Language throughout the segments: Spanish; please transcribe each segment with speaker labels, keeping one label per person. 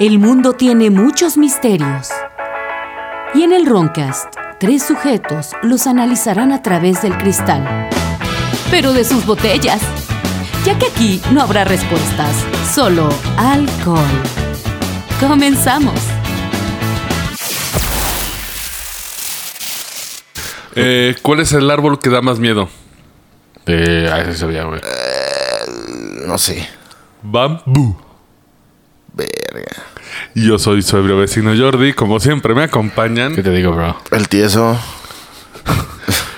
Speaker 1: El mundo tiene muchos misterios. Y en el Roncast, tres sujetos los analizarán a través del cristal. Pero de sus botellas. Ya que aquí no habrá respuestas, solo alcohol. Comenzamos.
Speaker 2: Eh, ¿Cuál es el árbol que da más miedo?
Speaker 3: Eh, ah, ese sabía, güey.
Speaker 4: No sé.
Speaker 2: Bambú.
Speaker 4: Verga.
Speaker 2: Yo soy sobrio vecino Jordi. Como siempre, me acompañan.
Speaker 3: ¿Qué te digo, bro?
Speaker 4: El tieso.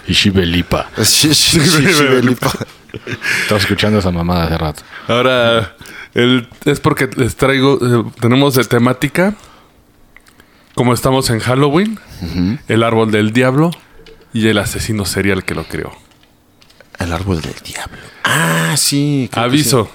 Speaker 3: Ishibelipa.
Speaker 4: Sí, sí, sí, sí, Belipa.
Speaker 3: Estaba escuchando esa mamada hace rato.
Speaker 2: Ahora, el- es porque les traigo. eh, tenemos de temática. Como estamos en Halloween, el árbol del diablo y el asesino serial que lo creó.
Speaker 4: El árbol del diablo. Ah, sí. creo que
Speaker 2: Aviso.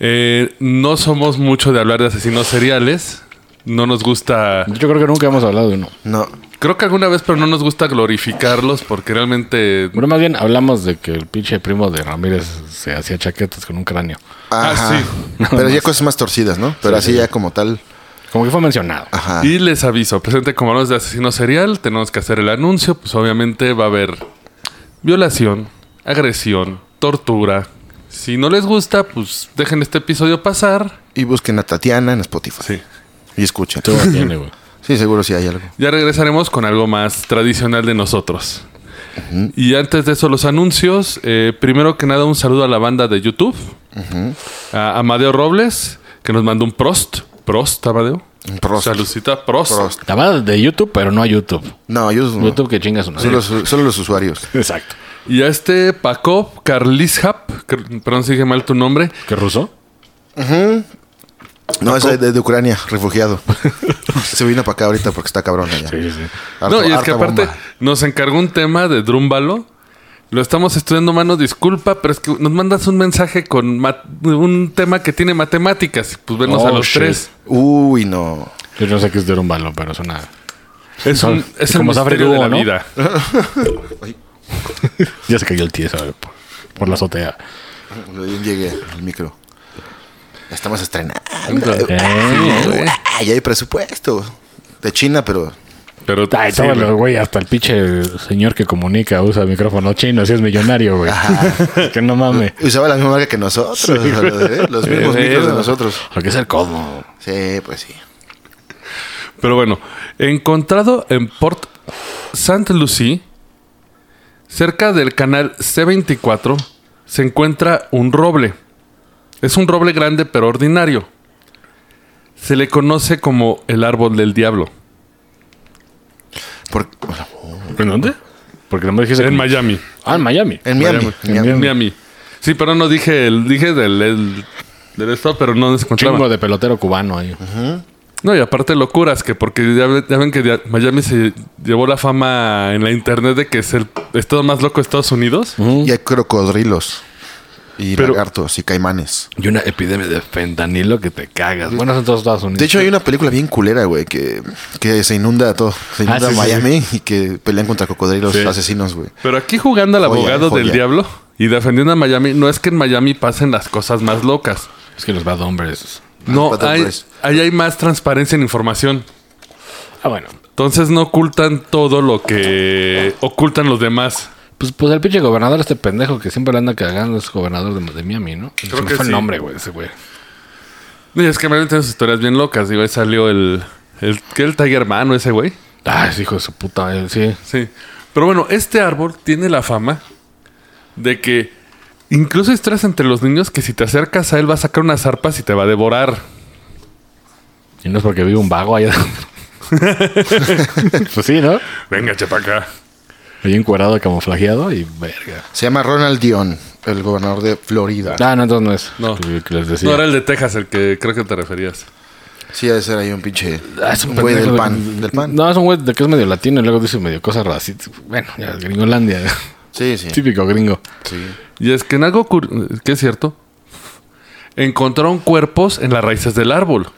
Speaker 2: eh, no somos mucho de hablar de asesinos seriales. No nos gusta.
Speaker 3: Yo creo que nunca hemos hablado de uno.
Speaker 4: sí. No.
Speaker 2: Creo que alguna vez, pero no nos gusta glorificarlos porque realmente.
Speaker 3: Bueno, más bien hablamos de que el pinche primo de Ramírez se hacía chaquetas con un cráneo.
Speaker 2: Ah,
Speaker 4: Ajá.
Speaker 2: sí.
Speaker 4: Pero ya cosas más torcidas, ¿no? Pero así ya como tal.
Speaker 3: Como que fue mencionado.
Speaker 4: Ajá.
Speaker 2: Y les aviso, presente como hablamos de asesino serial, tenemos que hacer el anuncio, pues obviamente va a haber violación, agresión, tortura. Si no les gusta, pues dejen este episodio pasar.
Speaker 4: Y busquen a Tatiana en Spotify.
Speaker 2: Sí.
Speaker 4: Y escuchen.
Speaker 3: Tú la tienes, güey.
Speaker 4: Sí, seguro sí hay algo.
Speaker 2: Ya regresaremos con algo más tradicional de nosotros. Y antes de eso, los anuncios. Eh, primero que nada, un saludo a la banda de YouTube. A Amadeo Robles, que nos mandó un prost. Prost, Amadeo.
Speaker 4: Un prost.
Speaker 2: Salucita, prost.
Speaker 4: Prost.
Speaker 3: La verdad de YouTube, pero no a YouTube.
Speaker 4: No, yo no.
Speaker 3: YouTube que chingas una.
Speaker 4: Solo, los- solo los usuarios.
Speaker 3: Exacto.
Speaker 2: Y a este Paco Carlishap, que- perdón si dije mal tu nombre,
Speaker 3: ¿Qué ruso?
Speaker 4: No, es de, de Ucrania, refugiado. Se vino para acá ahorita porque está cabrón allá.
Speaker 3: Sí, sí.
Speaker 4: Harto-
Speaker 2: no, y es
Speaker 4: harta
Speaker 2: que aparte
Speaker 4: bomba.
Speaker 2: nos encargó un tema de Drúmbalo. Lo estamos estudiando, mano, disculpa, pero es que nos mandas un mensaje con ma- un tema que tiene matemáticas. Pues venos
Speaker 3: Oh,
Speaker 2: a los
Speaker 3: shit.
Speaker 2: tres.
Speaker 4: Uy, no.
Speaker 3: Yo no sé qué es de un balón, pero suena.
Speaker 2: Es, un,
Speaker 3: Son-
Speaker 2: es el
Speaker 3: como Safre
Speaker 2: misterio de la
Speaker 3: Duo, ¿no?
Speaker 2: vida.
Speaker 3: Ya se cayó el tieso güey, por, por la azotea.
Speaker 4: Bien llegué al micro. Ya Estamos estrenando.
Speaker 3: Eh,
Speaker 4: Ah, ya hay presupuesto. De China, pero
Speaker 2: Pero
Speaker 3: Ay,
Speaker 2: sí,
Speaker 3: todos
Speaker 2: güey.
Speaker 3: los güey, hasta el pinche señor que comunica usa micrófono chino, si es millonario, güey. que no mames.
Speaker 4: usaba la misma marca que nosotros. ¿eh? Los mismos
Speaker 2: Sí,
Speaker 4: micros de
Speaker 2: güey.
Speaker 4: nosotros.
Speaker 3: Lo que es el cosmo.
Speaker 4: Sí, pues sí.
Speaker 2: Pero bueno, encontrado en Port Saint Lucie, cerca del canal C24, se encuentra un roble. Es un roble grande pero ordinario. Se le conoce como el árbol del diablo.
Speaker 4: Por-
Speaker 3: ¿En dónde? Porque no me dijiste.
Speaker 2: En
Speaker 3: que-
Speaker 2: Miami.
Speaker 3: Ah, en Miami.
Speaker 4: en Miami. en Miami.
Speaker 2: En Miami. Sí, pero no dije el, dije del, el- del estado, pero no se encontraba.
Speaker 3: Chingo de pelotero cubano ahí.
Speaker 2: No, y aparte locuras, que porque ya, ve- ya ven que ya- Miami se llevó la fama en la internet de que es el estado más loco de Estados Unidos.
Speaker 4: Y hay crocodrilos. Y
Speaker 2: Pero-
Speaker 4: lagartos y caimanes.
Speaker 3: Y una epidemia de fentanilo que te cagas. Bueno, eso en todos Estados Unidos.
Speaker 4: De hecho, hay una película bien culera, güey, que, que se inunda todo. Se
Speaker 3: Ah,
Speaker 4: inunda
Speaker 3: sí, sí,
Speaker 4: Miami y que pelean contra crocodrilos
Speaker 2: Sí.
Speaker 4: asesinos, güey.
Speaker 2: Pero aquí jugando al
Speaker 4: Joya,
Speaker 2: abogado del
Speaker 4: joya.
Speaker 2: diablo y defendiendo a Miami, no es que en Miami pasen las cosas más locas.
Speaker 4: Ah,
Speaker 3: es que los bad hombres.
Speaker 2: No,
Speaker 4: Pato,
Speaker 2: hay,
Speaker 4: pues.
Speaker 2: ahí hay más transparencia en información.
Speaker 3: Ah, bueno.
Speaker 2: Entonces no ocultan todo lo que ocultan los demás.
Speaker 3: Pues, pues el pinche gobernador, este pendejo que siempre le anda cagando, es gobernador de, de Miami, ¿no? Se me
Speaker 2: que
Speaker 3: fue
Speaker 2: sí.
Speaker 3: el nombre, güey, ese güey.
Speaker 2: Y es que Miami tiene sus historias bien locas. Digo, ahí salió el... el ¿Qué? El Tiger Man o ese güey.
Speaker 3: Ah, ese hijo de su puta, eh, sí.
Speaker 2: Sí. Pero bueno, este árbol tiene la fama de que incluso hay historias entre los niños que si te acercas a él va a sacar unas arpas y te va a devorar.
Speaker 3: Y no es porque vive un vago allá. pues sí, ¿no?
Speaker 2: Venga, chepa acá.
Speaker 3: Ahí encuerado, camuflajeado y verga.
Speaker 4: Se llama Ronald Dion, el gobernador de Florida.
Speaker 3: Ah, no, entonces no es.
Speaker 2: No.
Speaker 3: Que, que les decía.
Speaker 2: No era el de Texas el que creo que te referías.
Speaker 4: Sí, ha de ser ahí un pinche.
Speaker 3: Ah, es un
Speaker 4: güey
Speaker 3: pendejo
Speaker 4: del
Speaker 3: de-
Speaker 4: pan. Del pan.
Speaker 3: No, es un güey de que es medio latino y luego dice medio cosas racistas. Bueno, ya, gringolandia.
Speaker 4: Sí, sí.
Speaker 3: Típico gringo.
Speaker 4: sí.
Speaker 2: Y es que en algo cur- que es cierto, encontraron cuerpos en las raíces del árbol.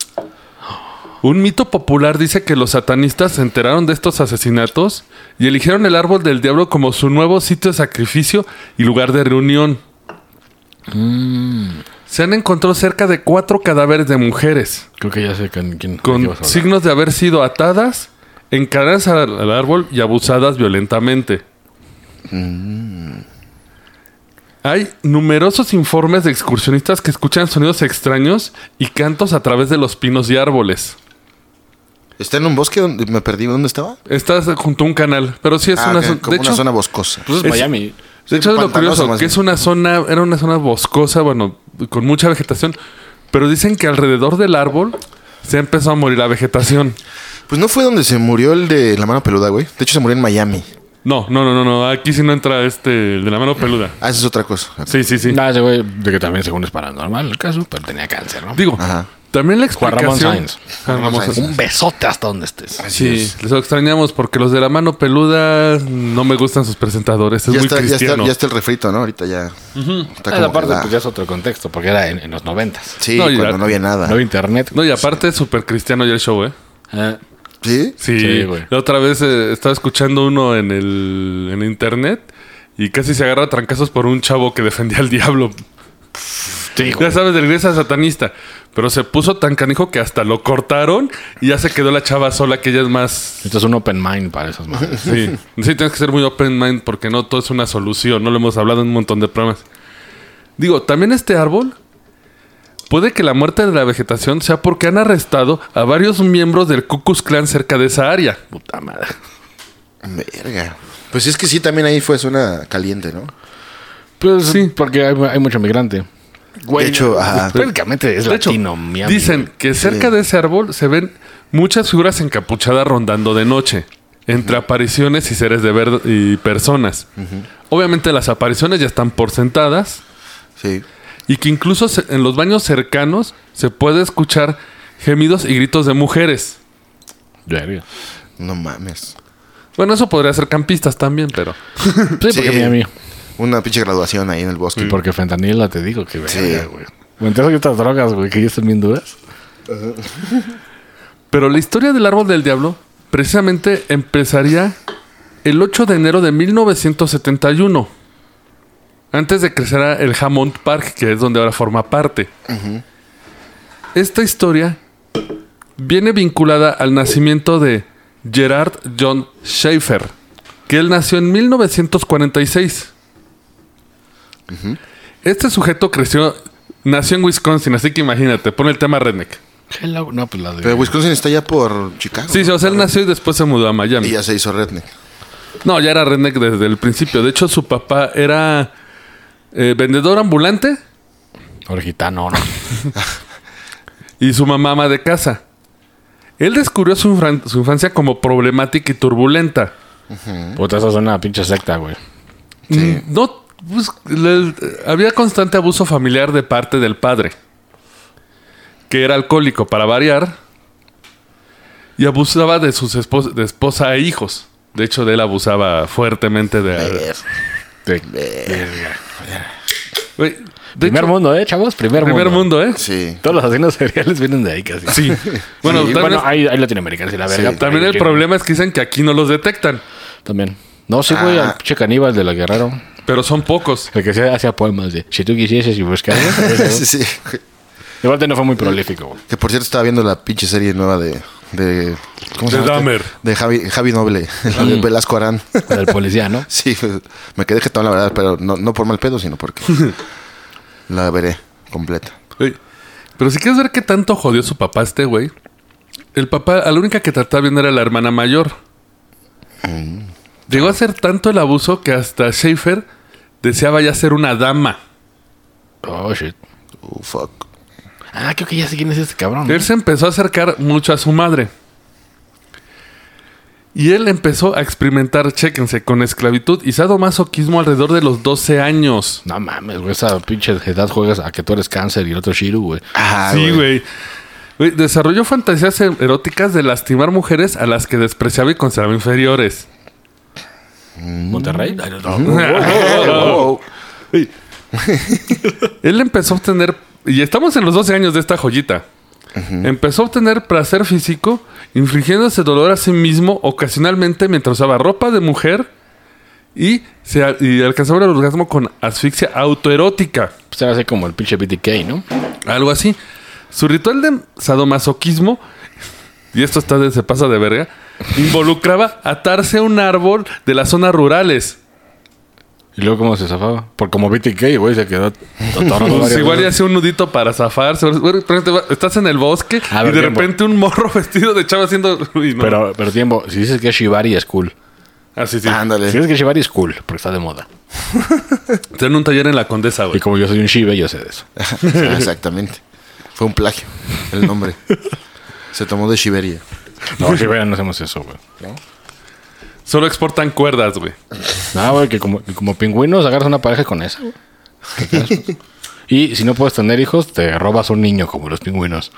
Speaker 2: Un mito popular dice que los satanistas se enteraron de estos asesinatos y eligieron el árbol del diablo como su nuevo sitio de sacrificio y lugar de reunión. se han encontrado cerca de cuatro cadáveres de mujeres
Speaker 3: Creo que ya sé con quién. de qué
Speaker 2: con
Speaker 3: vas a hablar.
Speaker 2: signos de haber sido atadas, encadenadas al, al árbol y abusadas violentamente.
Speaker 4: Mm.
Speaker 2: Hay numerosos informes de excursionistas que escuchan sonidos extraños y cantos a través de los pinos y árboles.
Speaker 4: ¿Está en un bosque donde me perdí? ¿Dónde estaba?
Speaker 2: Estás junto a un canal, pero sí es
Speaker 4: Ah,
Speaker 2: una,
Speaker 4: ok,
Speaker 2: zona-
Speaker 4: como
Speaker 2: de
Speaker 4: una
Speaker 2: hecho,
Speaker 4: zona boscosa.
Speaker 3: Pues es,
Speaker 2: es-
Speaker 3: Miami.
Speaker 2: De hecho, es lo
Speaker 4: pantanosa
Speaker 2: curioso,
Speaker 4: más
Speaker 2: que
Speaker 4: bien.
Speaker 2: es una zona, era una zona boscosa, bueno, con mucha vegetación, pero dicen que alrededor del árbol se empezó a morir la vegetación.
Speaker 4: Pues no fue donde se murió el de la mano peluda, güey. De hecho, se murió en Miami.
Speaker 2: No, no, no, no, no, aquí sí no entra este el de la mano peluda.
Speaker 4: Ah, esa es otra cosa.
Speaker 2: Sí, sí, sí.
Speaker 3: Nada, ese güey, de que también según es paranormal el caso, pero tenía cáncer, ¿no?
Speaker 2: Digo,
Speaker 4: Ajá.
Speaker 2: también la
Speaker 3: Juan
Speaker 2: explicación...
Speaker 3: Ramón Sainz.
Speaker 2: Juan Ramón Sáenz.
Speaker 3: Un besote hasta donde estés.
Speaker 2: Sí, les extrañamos porque los de la mano peluda no me gustan sus presentadores, es
Speaker 4: Ya
Speaker 2: muy
Speaker 4: está, ya, está,
Speaker 2: cristiano.
Speaker 4: ya está el refrito, ¿no? Ahorita ya. Está
Speaker 3: Esa
Speaker 4: como
Speaker 3: parte
Speaker 4: que da-
Speaker 3: pues ya es otro contexto, porque era en, en los noventas.
Speaker 4: Sí,
Speaker 2: No, y
Speaker 4: cuando
Speaker 2: la-
Speaker 4: no había nada.
Speaker 3: No había internet.
Speaker 2: No, y aparte es súper cristiano ya el show, ¿eh?
Speaker 3: Ah,
Speaker 4: ¿Sí?
Speaker 2: Sí,
Speaker 3: Sí, güey.
Speaker 2: La otra vez eh, estaba escuchando uno en el en internet y casi se agarra a trancazos por un chavo que defendía al diablo.
Speaker 3: sí,
Speaker 2: Ya
Speaker 3: güey.
Speaker 2: sabes, de la iglesia satanista. Pero se puso tan canijo que hasta lo cortaron y ya se quedó la chava sola, que ella es más.
Speaker 3: Esto es un open mind para esas madres.
Speaker 2: Sí, sí, tienes que ser muy open mind porque no todo es una solución. No lo hemos hablado en un montón de programas. Digo, también este árbol. Puede que la muerte de la vegetación sea porque han arrestado a varios miembros del Ku Klux Klan cerca de esa área.
Speaker 3: Puta madre.
Speaker 4: Verga. Pues es que sí, también ahí fue zona caliente, ¿no?
Speaker 3: Pues sí, porque hay, hay mucho migrante.
Speaker 4: de hecho, ajá.
Speaker 3: Prácticamente es
Speaker 2: De hecho,
Speaker 3: latino, Miami.
Speaker 2: Dicen que cerca de ese árbol se ven muchas figuras encapuchadas rondando de noche, entre apariciones y seres de ver y personas. Obviamente las apariciones ya están por sentadas
Speaker 4: Sí.
Speaker 2: y que incluso se- en los baños cercanos se puede escuchar gemidos y gritos de mujeres.
Speaker 3: Verga.
Speaker 4: No mames.
Speaker 2: Bueno, eso podría ser campistas también, pero
Speaker 3: Sí, porque Miami.
Speaker 4: Una pinche graduación ahí en el bosque.
Speaker 3: Porque fentanila te digo que
Speaker 4: Sí.
Speaker 3: verga, güey. Me entero que otras drogas, güey, que ya están bien duras.
Speaker 2: Pero la historia del árbol del diablo precisamente empezaría el 8 de enero de 1971. Antes de que creciera el Hammond Park, que es donde ahora forma parte. Esta historia viene vinculada al nacimiento de Gerard John Schaefer, que él nació en 1946. Este sujeto creció, nació en Wisconsin, así que imagínate, pone el tema redneck.
Speaker 3: Hello. No, pues la de.
Speaker 4: Pero Wisconsin está ya por Chicago.
Speaker 2: Sí, sí, o sea, él nació y después se mudó a Miami.
Speaker 4: Y ya se hizo redneck.
Speaker 2: No, ya era redneck desde el principio. De hecho, su papá era eh, vendedor ambulante
Speaker 3: Ahora gitano, ¿no?
Speaker 2: y su mamá ama de casa. Él descubrió su, infran- su infancia como problemática y turbulenta.
Speaker 3: Puta, esa es una pinche secta, güey.
Speaker 2: Mm, No, pues, le- había constante abuso familiar de parte del padre, que era alcohólico para variar, y abusaba de sus espos- de esposa e hijos. De hecho, de él abusaba fuertemente de...
Speaker 3: De-
Speaker 2: Güey, de
Speaker 3: Primer
Speaker 2: hecho-
Speaker 3: mundo, ¿eh, chavos? Primer,
Speaker 2: Primer
Speaker 3: mundo.
Speaker 2: mundo, ¿eh?
Speaker 4: Sí.
Speaker 3: Todos los asesinos seriales vienen de ahí casi.
Speaker 2: Sí. Bueno,
Speaker 3: Y
Speaker 2: también,
Speaker 3: bueno,
Speaker 2: es-
Speaker 3: hay, hay latinoamericanos y la verga. pero
Speaker 2: también
Speaker 3: hay
Speaker 2: el
Speaker 3: que-
Speaker 2: problema es que dicen que aquí no los detectan,
Speaker 3: También. No, sí, güey,
Speaker 4: Ah.
Speaker 3: al pinche caníbal de la Guerrero.
Speaker 2: pero son pocos.
Speaker 3: El que se hacía poemas de si tú quisieses y buscaras.
Speaker 4: sí,
Speaker 3: ese,
Speaker 4: sí.
Speaker 3: ¿no? Igual no fue muy prolífico, güey.
Speaker 4: Que por cierto estaba viendo la pinche serie nueva de. de ¿Cómo
Speaker 2: De
Speaker 4: este?
Speaker 2: Dahmer. Mm.
Speaker 4: De Javi, Javi Noble. la de Velasco Arán.
Speaker 3: Del policía, ¿no?
Speaker 4: sí, pues, me quedé jetón, la verdad, pero no, no por mal pedo, sino porque. la veré completa.
Speaker 2: Güey, Pero si quieres ver qué tanto jodió su papá este güey, el papá, a la única que trataba bien era la hermana mayor. Llegó a ser tanto el abuso que hasta Schaefer deseaba ya ser una dama.
Speaker 3: Oh, shit.
Speaker 4: Oh, fuck.
Speaker 3: Ah, creo que ya sé quién es este cabrón. ¿no?
Speaker 2: Él se empezó a acercar mucho a su madre. Y él empezó a experimentar, chéquense, con esclavitud y sadomasoquismo alrededor de los 12 años.
Speaker 3: No mames, güey, esa pinche edad juegas a que tú eres cáncer y el otro Shiru, güey.
Speaker 4: Ah,
Speaker 2: sí, güey. Güey, Desarrolló fantasías er- eróticas de lastimar mujeres a las que despreciaba y consideraba inferiores. Mm. Ah,
Speaker 3: Monterrey. Ay, no, no.
Speaker 4: Oh, oh,
Speaker 2: Él empezó a obtener, y estamos en los 12 años de esta joyita, empezó a obtener placer físico, infligiéndose dolor a sí mismo ocasionalmente mientras usaba ropa de mujer y, se, al- y alcanzaba el orgasmo con asfixia autoerótica.
Speaker 3: Pues va a ser como el pinche BTK, ¿no?
Speaker 2: Algo así. Su ritual de sadomasoquismo, y esto está de, se pasa de verga, involucraba atarse a un árbol de las zonas rurales.
Speaker 3: Y luego, ¿cómo se zafaba? Por como BTK, güey, se quedó
Speaker 2: Pues
Speaker 3: totorro. varias
Speaker 2: igual ya
Speaker 3: veces.
Speaker 2: hace un nudito para zafarse. Bueno, por ejemplo, Estás en el bosque
Speaker 3: A
Speaker 2: y
Speaker 3: ver,
Speaker 2: de
Speaker 3: tiempo.
Speaker 2: repente un morro vestido de chava haciendo. Uy, no.
Speaker 3: Pero, pero tiempo, si dices que es Shibari, es cool.
Speaker 2: Así, sí.
Speaker 3: Si
Speaker 4: Ándale.
Speaker 3: dices que es Shibari, es cool, porque está de moda.
Speaker 2: Está en un taller en la condesa,
Speaker 3: Y
Speaker 2: güey.
Speaker 3: como yo soy un Shibe, yo sé de eso.
Speaker 4: Exactamente. Fue un plagio el nombre. Se tomó de Shiberia.
Speaker 3: No, Shibari no hacemos eso, güey.
Speaker 2: Solo exportan cuerdas, güey.
Speaker 3: No, güey, que como, que como pingüinos agarras una pareja con esa, güey. Y si no puedes tener hijos, te robas un niño como los pingüinos.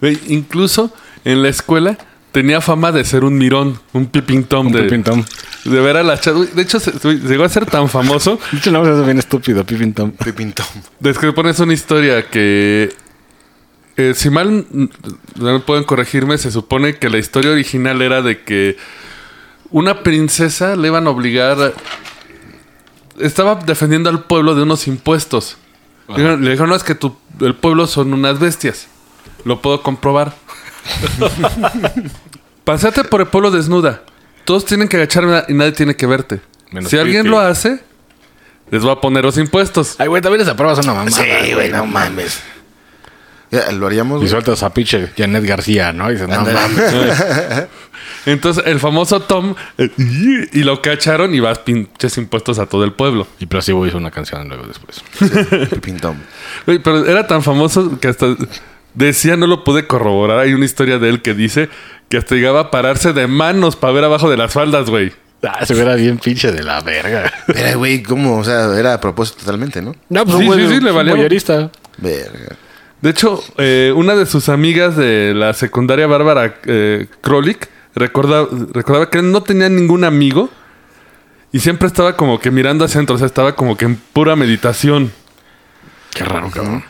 Speaker 2: Güey, Incluso en la escuela tenía fama de ser un mirón, un pipintón
Speaker 3: Un
Speaker 2: de,
Speaker 3: Pippin Tom.
Speaker 2: de ver a la chat. De hecho, se- güey, llegó a ser tan famoso
Speaker 3: Dicho no, eso es bien estúpido, Pippin Tom.
Speaker 4: Pippin Tom.
Speaker 2: Desde que pones una historia que. eh, si mal mm, no pueden corregirme, se supone que la historia original era de que una princesa le iban a obligar. a- Estaba defendiendo al pueblo de unos impuestos. Le dijeron- le dijeron, no, es que tu, el pueblo son unas bestias. Lo puedo comprobar. Pasate por el pueblo desnuda. Todos tienen que agacharme y nadie tiene que verte.
Speaker 3: Menos
Speaker 2: si alguien
Speaker 3: Piqui.
Speaker 2: lo hace, les voy a poner los impuestos.
Speaker 3: Ay, güey, también les apruebas una mamá.
Speaker 4: Sí, güey, no mames. Ya, Lo haríamos.
Speaker 3: Y
Speaker 4: güey?
Speaker 3: sueltas a pinche Janet García, ¿no? Y dices, no
Speaker 4: Ándale.
Speaker 3: mames.
Speaker 2: Entonces el famoso Tom eh, y lo cacharon y vas pinches impuestos a todo el pueblo.
Speaker 3: Y Placebo hizo una canción luego después.
Speaker 4: Pippin Tom.
Speaker 2: Güey, pero era tan famoso que hasta decía, no lo pude corroborar. Hay una historia de él que dice que hasta llegaba a pararse de manos para ver abajo de las faldas, güey.
Speaker 3: Ah, se hubiera bien pinche de la verga.
Speaker 4: Era, güey, ¿cómo? O sea, era a propósito totalmente, ¿no?
Speaker 3: No,
Speaker 2: pues, Sí, güey, sí, sí, le es un valía.
Speaker 3: Boyerista.
Speaker 4: Verga.
Speaker 2: De hecho, eh, una de sus amigas de la secundaria, Bárbara eh, Krolik, recorda- recordaba que él no tenía ningún amigo y siempre estaba como que mirando hacia adentro, o sea, estaba como que en pura meditación.
Speaker 3: Qué raro, cabrón.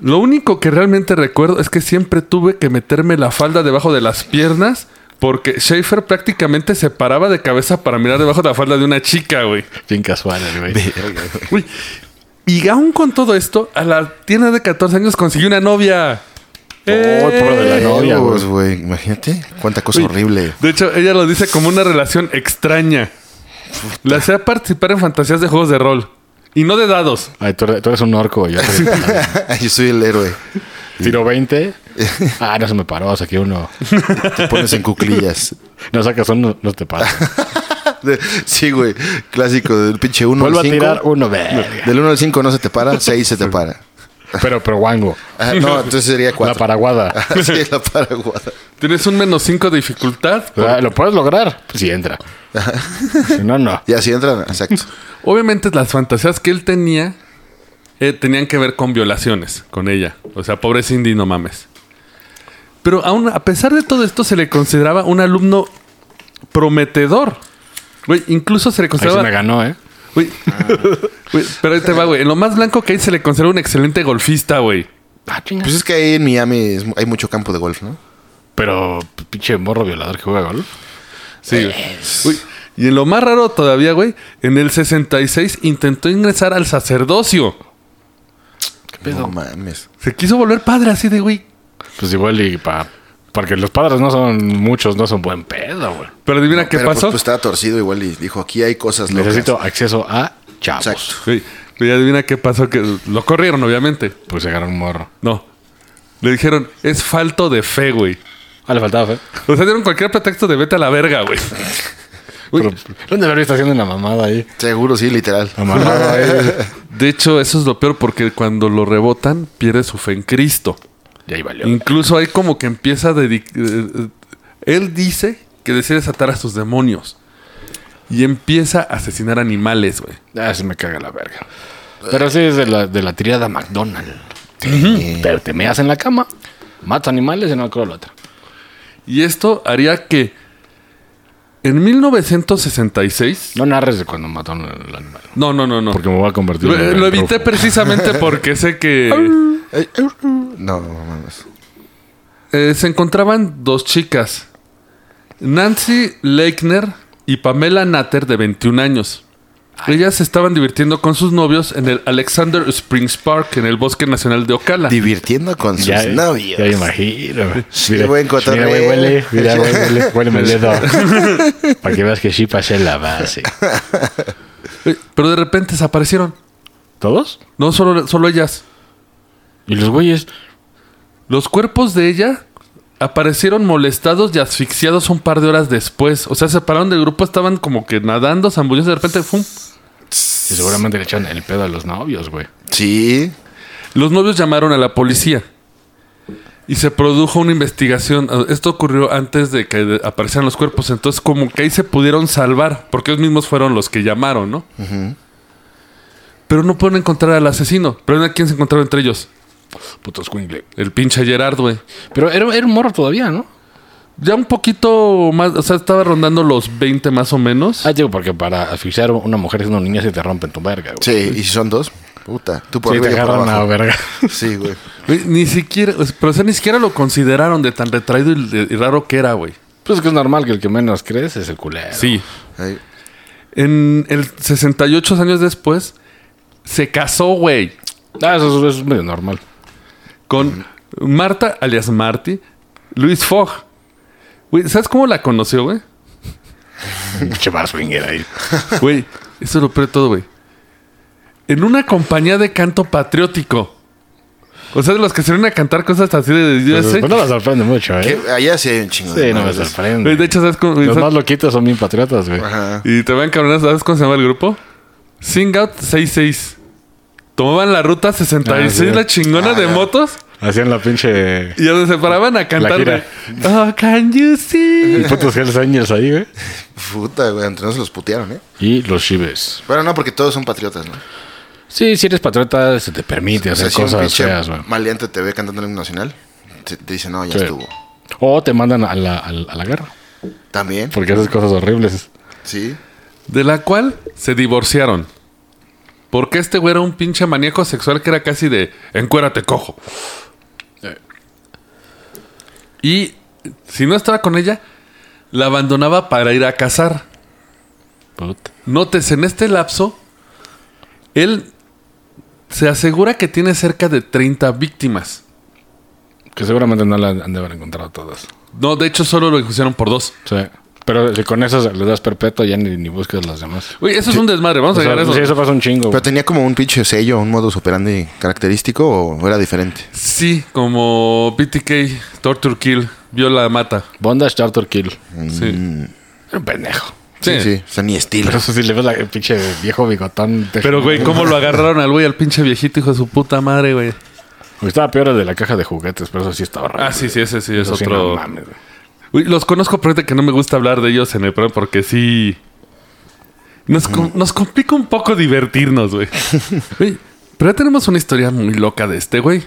Speaker 2: Lo único que realmente recuerdo es que siempre tuve que meterme la falda debajo de las piernas porque Schaefer prácticamente se paraba de cabeza para mirar debajo de la falda de una chica, güey.
Speaker 3: Bien casual, el güey.
Speaker 2: Uy. Y aún con todo esto, a la tienda de 14 años consiguió una novia.
Speaker 3: Oh, pobre de la novia, güey.
Speaker 4: Dios, güey. Imagínate cuánta cosa
Speaker 2: Uy.
Speaker 4: horrible.
Speaker 2: De hecho, ella lo dice como una relación extraña. La hacía participar en fantasías de juegos de rol. Y no de dados.
Speaker 3: Ay, tú eres, tú eres un orco, yo soy-
Speaker 4: Yo soy el héroe.
Speaker 3: Tiro 20. Ah, no se me paró, saqué uno.
Speaker 4: Te pones en cuclillas.
Speaker 3: No sacas uno, no te pasa.
Speaker 4: De- Sí, güey. Clásico del pinche 1 al
Speaker 3: Vuelvo a
Speaker 4: 5.
Speaker 3: tirar uno, verga.
Speaker 4: Del 1 al 5 no se te para, 6 se te para.
Speaker 3: Pero, pero guango.
Speaker 4: Ah, no, entonces sería
Speaker 3: La
Speaker 4: 4.
Speaker 3: paraguada.
Speaker 4: sí, la paraguada.
Speaker 2: Tienes un menos 5 de dificultad.
Speaker 3: O sea, ¿Lo puedes lograr? Pues sí, entra. Si no, no.
Speaker 4: Y así entran, exacto.
Speaker 2: Obviamente las fantasías que él tenía eh, tenían que ver con violaciones con ella. O sea, pobre Cindy, no mames. Pero aún a pesar de todo esto se le consideraba un alumno prometedor. Güey, incluso se le
Speaker 3: Ahí se
Speaker 2: consideraba...
Speaker 3: me ganó, ¿eh?
Speaker 2: Güey. Güey, pero ahí te va, güey. En lo más blanco que hay se le considera un excelente golfista, güey.
Speaker 3: Ah, chinga.
Speaker 4: Pues es que ahí en Miami es- hay mucho campo de golf, ¿no?
Speaker 3: Pero, pinche morro violador que juega gol.
Speaker 2: Sí. güey. Güey, Y en lo más raro todavía, güey, en el 66 intentó ingresar al sacerdocio.
Speaker 4: No mames.
Speaker 2: Se quiso volver padre así de, güey,
Speaker 3: Pues igual y para... Porque los padres no son muchos, no son buen pedo, güey.
Speaker 2: Pero adivina qué
Speaker 4: Pero, pues,
Speaker 2: pasó.
Speaker 4: Pues, estaba torcido igual y dijo, aquí hay cosas locas.
Speaker 3: Necesito acceso a chavos.
Speaker 4: Exacto.
Speaker 2: Güey, pero ya adivina qué pasó. Que lo corrieron, obviamente.
Speaker 3: Pues se ganó un morro.
Speaker 2: No. Le dijeron, es falto de fe, güey.
Speaker 3: Ah, le faltaba fe.
Speaker 2: O sea, dieron cualquier pretexto de vete a la verga, güey. Uy,
Speaker 3: Pero, ¿Dónde habría está haciendo una mamada ahí?
Speaker 4: Seguro, sí, literal.
Speaker 3: Amarrado ahí.
Speaker 2: de hecho, eso es lo peor porque cuando lo rebotan, pierde su fe en Cristo.
Speaker 3: Y ahí valió.
Speaker 2: Incluso ahí como que empieza a dedicar... Él dice que decide desatar a sus demonios. Y empieza a asesinar animales, güey.
Speaker 3: Ah, se me caga la verga. Pero sí es de la, de la tirada McDonald's. Pero te meas en la cama, mata animales y no creo la otra.
Speaker 2: Y esto haría que... En 1966...
Speaker 3: No narres de cuando mató al animal.
Speaker 2: No, no, no, no.
Speaker 3: Porque me voy a convertir
Speaker 2: Lo,
Speaker 3: en
Speaker 2: lo
Speaker 3: un
Speaker 2: evité
Speaker 3: trufo.
Speaker 2: precisamente porque sé que
Speaker 4: Eh, eh, No, mames.
Speaker 2: eh, se encontraban dos chicas. Nancy Leichner y Pamela Natter, de 21 años. Ellas se estaban divirtiendo con sus novios en el Alexander Springs Park, en el Bosque Nacional de Ocala.
Speaker 4: Divirtiendo con sus
Speaker 3: Ya,
Speaker 4: novios.
Speaker 3: ya me imagino.
Speaker 4: qué buen cotorreo.
Speaker 3: Mira, güey, huele, mira, güey, huele, huéleme el dedo. Para que veas que sí pasé la base.
Speaker 2: Eh, Pero de repente desaparecieron.
Speaker 3: ¿Todos?
Speaker 2: No solo, solo ellas.
Speaker 3: ¿Y los güeyes?
Speaker 2: Los cuerpos de ella aparecieron molestados y asfixiados un par de horas después. O sea, se pararon del grupo, estaban como que nadando, zambullidos, de repente, ¡fum!
Speaker 3: Sí, seguramente le echaron el pedo a los novios, güey.
Speaker 4: Sí.
Speaker 2: Los novios llamaron a la policía y se produjo una investigación. Esto ocurrió antes de que de- aparecieran los cuerpos, entonces como que ahí se pudieron salvar, porque ellos mismos fueron los que llamaron, ¿no? Pero no pueden encontrar al asesino. Pero ¿a quién se encontraron entre ellos?
Speaker 3: Putos cuingle.
Speaker 2: El pinche Gerard, güey.
Speaker 3: Pero era, era un morro todavía, ¿no?
Speaker 2: Ya un poquito más, o sea, estaba rondando los 20 más o menos.
Speaker 3: Ah, digo, porque para asfixiar a una mujer siendo niña se te rompen tu verga, güey.
Speaker 4: Sí, y si son dos, puta. Tú por
Speaker 3: Sí,
Speaker 4: arriba
Speaker 3: te
Speaker 4: y yo por
Speaker 3: agarran la
Speaker 4: abajo.
Speaker 3: verga.
Speaker 4: Sí, güey.
Speaker 2: Güey, Ni siquiera, o sea, pero o sea, ni siquiera lo consideraron de tan retraído y, y raro que era, güey.
Speaker 3: Pues es que es normal que el que menos crees es el culero.
Speaker 2: Sí.
Speaker 4: Ahí.
Speaker 2: En el 68 años después, se casó, güey,
Speaker 3: Ah, eso, es- eso es medio normal.
Speaker 2: con Marta, alias Marty, Luis Fogg. Güey, ¿sabes cómo la conoció, güey?
Speaker 3: Che bar swinger ahí.
Speaker 2: Güey, eso es lo peor de todo, güey. En una compañía de canto patriótico. O sea, de los que se vienen a cantar cosas así de... ¿eh? yo sé.
Speaker 3: Pues no me sorprende mucho,
Speaker 4: Que
Speaker 3: ¿eh?
Speaker 4: Allá sí hay un chingo
Speaker 3: Sí, no me
Speaker 4: madres.
Speaker 2: Güey,
Speaker 3: sorprende.
Speaker 2: de hecho, ¿sabes cómo?
Speaker 3: los
Speaker 2: ¿sabes?
Speaker 3: más loquitos son bien patriotas, güey.
Speaker 4: Ajá.
Speaker 2: Y te van cabronas, ¿sabes cómo se llama el grupo? Sing Out 66. Tomaban la ruta 66,
Speaker 3: Ah, sí.
Speaker 2: la chingona de motos.
Speaker 3: Hacían la pinche.
Speaker 2: Y donde se paraban a cantar.
Speaker 3: gira.
Speaker 2: güey, Oh, can you see?
Speaker 3: Putos Hells Angels ahí, güey.
Speaker 4: Puta, güey. Entre nosotros los putearon, ¿eh?
Speaker 3: Y los chives.
Speaker 4: Bueno, no, porque todos son patriotas, ¿no?
Speaker 3: Sí, si eres patriota, se te permite hacer
Speaker 4: si un
Speaker 3: cosas
Speaker 4: pinche
Speaker 3: feas, güey.
Speaker 4: maleante te ve cantando el himno nacional, te, te dice, no, ya
Speaker 3: Sí.
Speaker 4: estuvo.
Speaker 3: O te mandan a la, a la- a la guerra.
Speaker 4: También,
Speaker 3: Porque haces cosas horribles.
Speaker 4: sí.
Speaker 2: De la cual se divorciaron. Porque este güey era un pinche maníaco sexual que era casi de encuérate, cojo. Y si no estaba con ella, la abandonaba para ir a cazar.
Speaker 3: Puta.
Speaker 2: Nótese, en este lapso, él se asegura que tiene cerca de 30 víctimas.
Speaker 3: Que seguramente no la han de haber encontrado todas.
Speaker 2: No, de hecho, solo lo enjuiciaron por dos.
Speaker 3: Sí. Pero si con esas le das perpetuo, ya ni, ni buscas las demás.
Speaker 2: Uy, eso es un desmadre. Vamos
Speaker 3: O sea,
Speaker 2: a llegar a
Speaker 3: sí,
Speaker 2: eso.
Speaker 3: eso pasa un chingo.
Speaker 4: Pero
Speaker 3: güey.
Speaker 4: tenía como un pinche sello, un modus operandi característico o era diferente.
Speaker 2: Sí, como BTK, Torture Kill, Viola Mata.
Speaker 3: Bondage Charter Kill.
Speaker 2: Sí.
Speaker 3: Era Un pendejo.
Speaker 4: Sí,
Speaker 2: Sí.
Speaker 4: sí. O sea, ni estilo.
Speaker 3: Pero eso sí le ves la- el pinche viejo bigotón. de-
Speaker 2: Pero, güey, ¿cómo lo agarraron al güey, al pinche viejito, hijo de su puta madre, güey?
Speaker 3: Güey, Estaba peor el de la caja de juguetes, pero eso sí estaba raro.
Speaker 2: Ah, sí, sí, ese sí es
Speaker 3: Eso sí, no
Speaker 2: otro.
Speaker 3: mames, güey.
Speaker 2: Uy, los conozco, pero ahorita que no me gusta hablar de ellos en el programa porque sí. Nos, com- nos complica un poco divertirnos, güey. Güey, pero ya tenemos una historia muy loca de este, güey.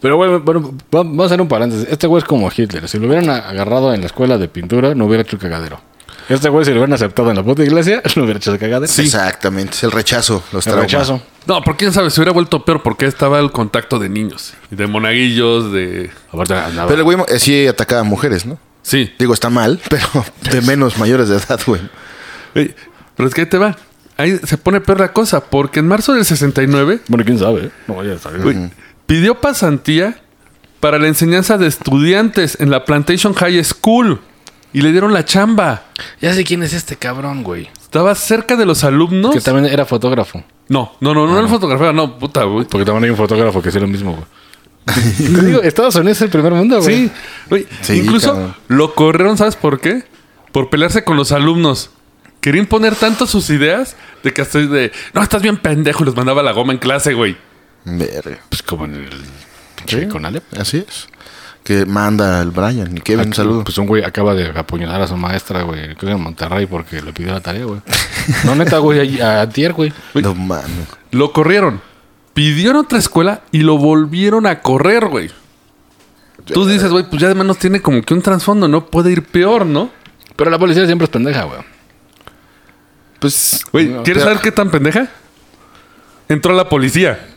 Speaker 3: Pero bueno, bueno, va- vamos a hacer un paréntesis. Este güey es como Hitler. Si lo hubieran a- agarrado en la escuela de pintura, no hubiera hecho cagadero. Este güey, si lo hubieran aceptado en la puta iglesia, no hubiera hecho cagadero.
Speaker 2: Sí.
Speaker 4: Exactamente. Es el rechazo, los
Speaker 3: El
Speaker 4: traumas.
Speaker 3: rechazo.
Speaker 2: No, por quién sabe, se hubiera vuelto peor porque estaba el contacto de niños, y de monaguillos, de.
Speaker 3: Aparte, andaba-
Speaker 4: Pero el güey eh, sí atacaba a mujeres, ¿no?
Speaker 2: Sí.
Speaker 4: Digo, está mal, pero de menos mayores de edad, güey.
Speaker 2: Güey, pero es que ahí te va. Ahí se pone peor la cosa, porque en marzo del 69
Speaker 3: Bueno, quién sabe. eh? No vaya a salir.
Speaker 2: Güey, Pidió pasantía para la enseñanza de estudiantes en la Plantation High School y le dieron la chamba.
Speaker 3: Ya sé quién es este cabrón, güey.
Speaker 2: Estaba cerca de los alumnos.
Speaker 3: Que también era fotógrafo.
Speaker 2: No, no, no, no, era el fotógrafo, no, puta, güey.
Speaker 3: Porque también hay un fotógrafo que es lo mismo, güey. Te digo, Estados Unidos es el primer mundo, güey.
Speaker 2: Sí, güey.
Speaker 4: Sí,
Speaker 2: Incluso
Speaker 4: cabrón.
Speaker 2: lo corrieron, ¿sabes por qué? Por pelearse con los alumnos. Querían poner tanto sus ideas de que estoy de, no, estás bien pendejo, y los mandaba a la goma en clase, güey.
Speaker 4: Verga.
Speaker 3: Pues como en el pinche
Speaker 4: Sí.
Speaker 3: Conalep.
Speaker 4: Así es. Que manda el Brian y Kevin, un
Speaker 3: Aquí,
Speaker 4: saludo.
Speaker 3: Pues un güey acaba de apuñalar a su maestra, güey. Creo que en Monterrey porque le pidió la tarea, güey. No, neta, güey. A, a Tier, güey.
Speaker 2: güey.
Speaker 4: Pues, no mames.
Speaker 2: Lo corrieron. Pidieron otra escuela y lo volvieron a correr, güey. Tú dices, güey, pues ya de menos tiene como que un trasfondo, no puede ir peor, ¿no?
Speaker 3: Pero la policía siempre es pendeja, güey.
Speaker 4: Pues,
Speaker 2: Güey,
Speaker 4: no,
Speaker 2: ¿quieres
Speaker 4: pero-
Speaker 2: saber qué tan pendeja? Entró la policía.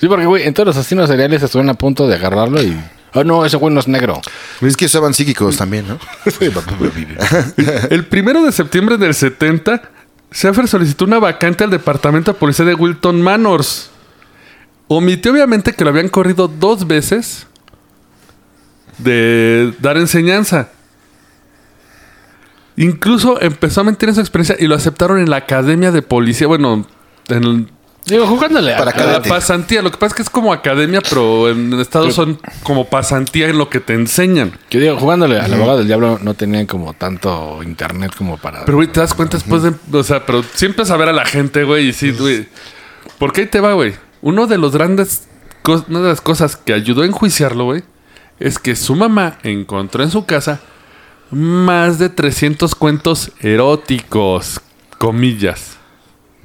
Speaker 3: Sí, porque, güey, en todos los asesinos seriales estuvieron a punto de agarrarlo y... Ah, no, ese güey no es negro.
Speaker 4: Pues Es que usaban psíquicos también, ¿no?
Speaker 2: El primero de septiembre del 70, Schaeffer solicitó una vacante al departamento de policía de Wilton Manors. Omitió obviamente que lo habían corrido dos veces de dar enseñanza. Incluso empezó a mentir en su experiencia y lo aceptaron en la academia de policía. Bueno, en el-
Speaker 3: Digo, jugándole a...
Speaker 4: Para
Speaker 2: la
Speaker 4: Cadete.
Speaker 2: pasantía. Lo que pasa es que es como academia, pero en Estados son como pasantía en lo que te enseñan.
Speaker 3: Que digo, jugándole al abogado del diablo no tenían como tanto internet como para...
Speaker 2: Pero, güey, te das cuenta después de. O sea, pero siempre saber a la gente, güey. Y sí,
Speaker 4: Pues
Speaker 2: güey. Porque ahí te va, güey. Uno de los grandes. cos- Una de las cosas que ayudó a enjuiciarlo, güey. Es que su mamá encontró en su casa más de 300 cuentos eróticos. Comillas.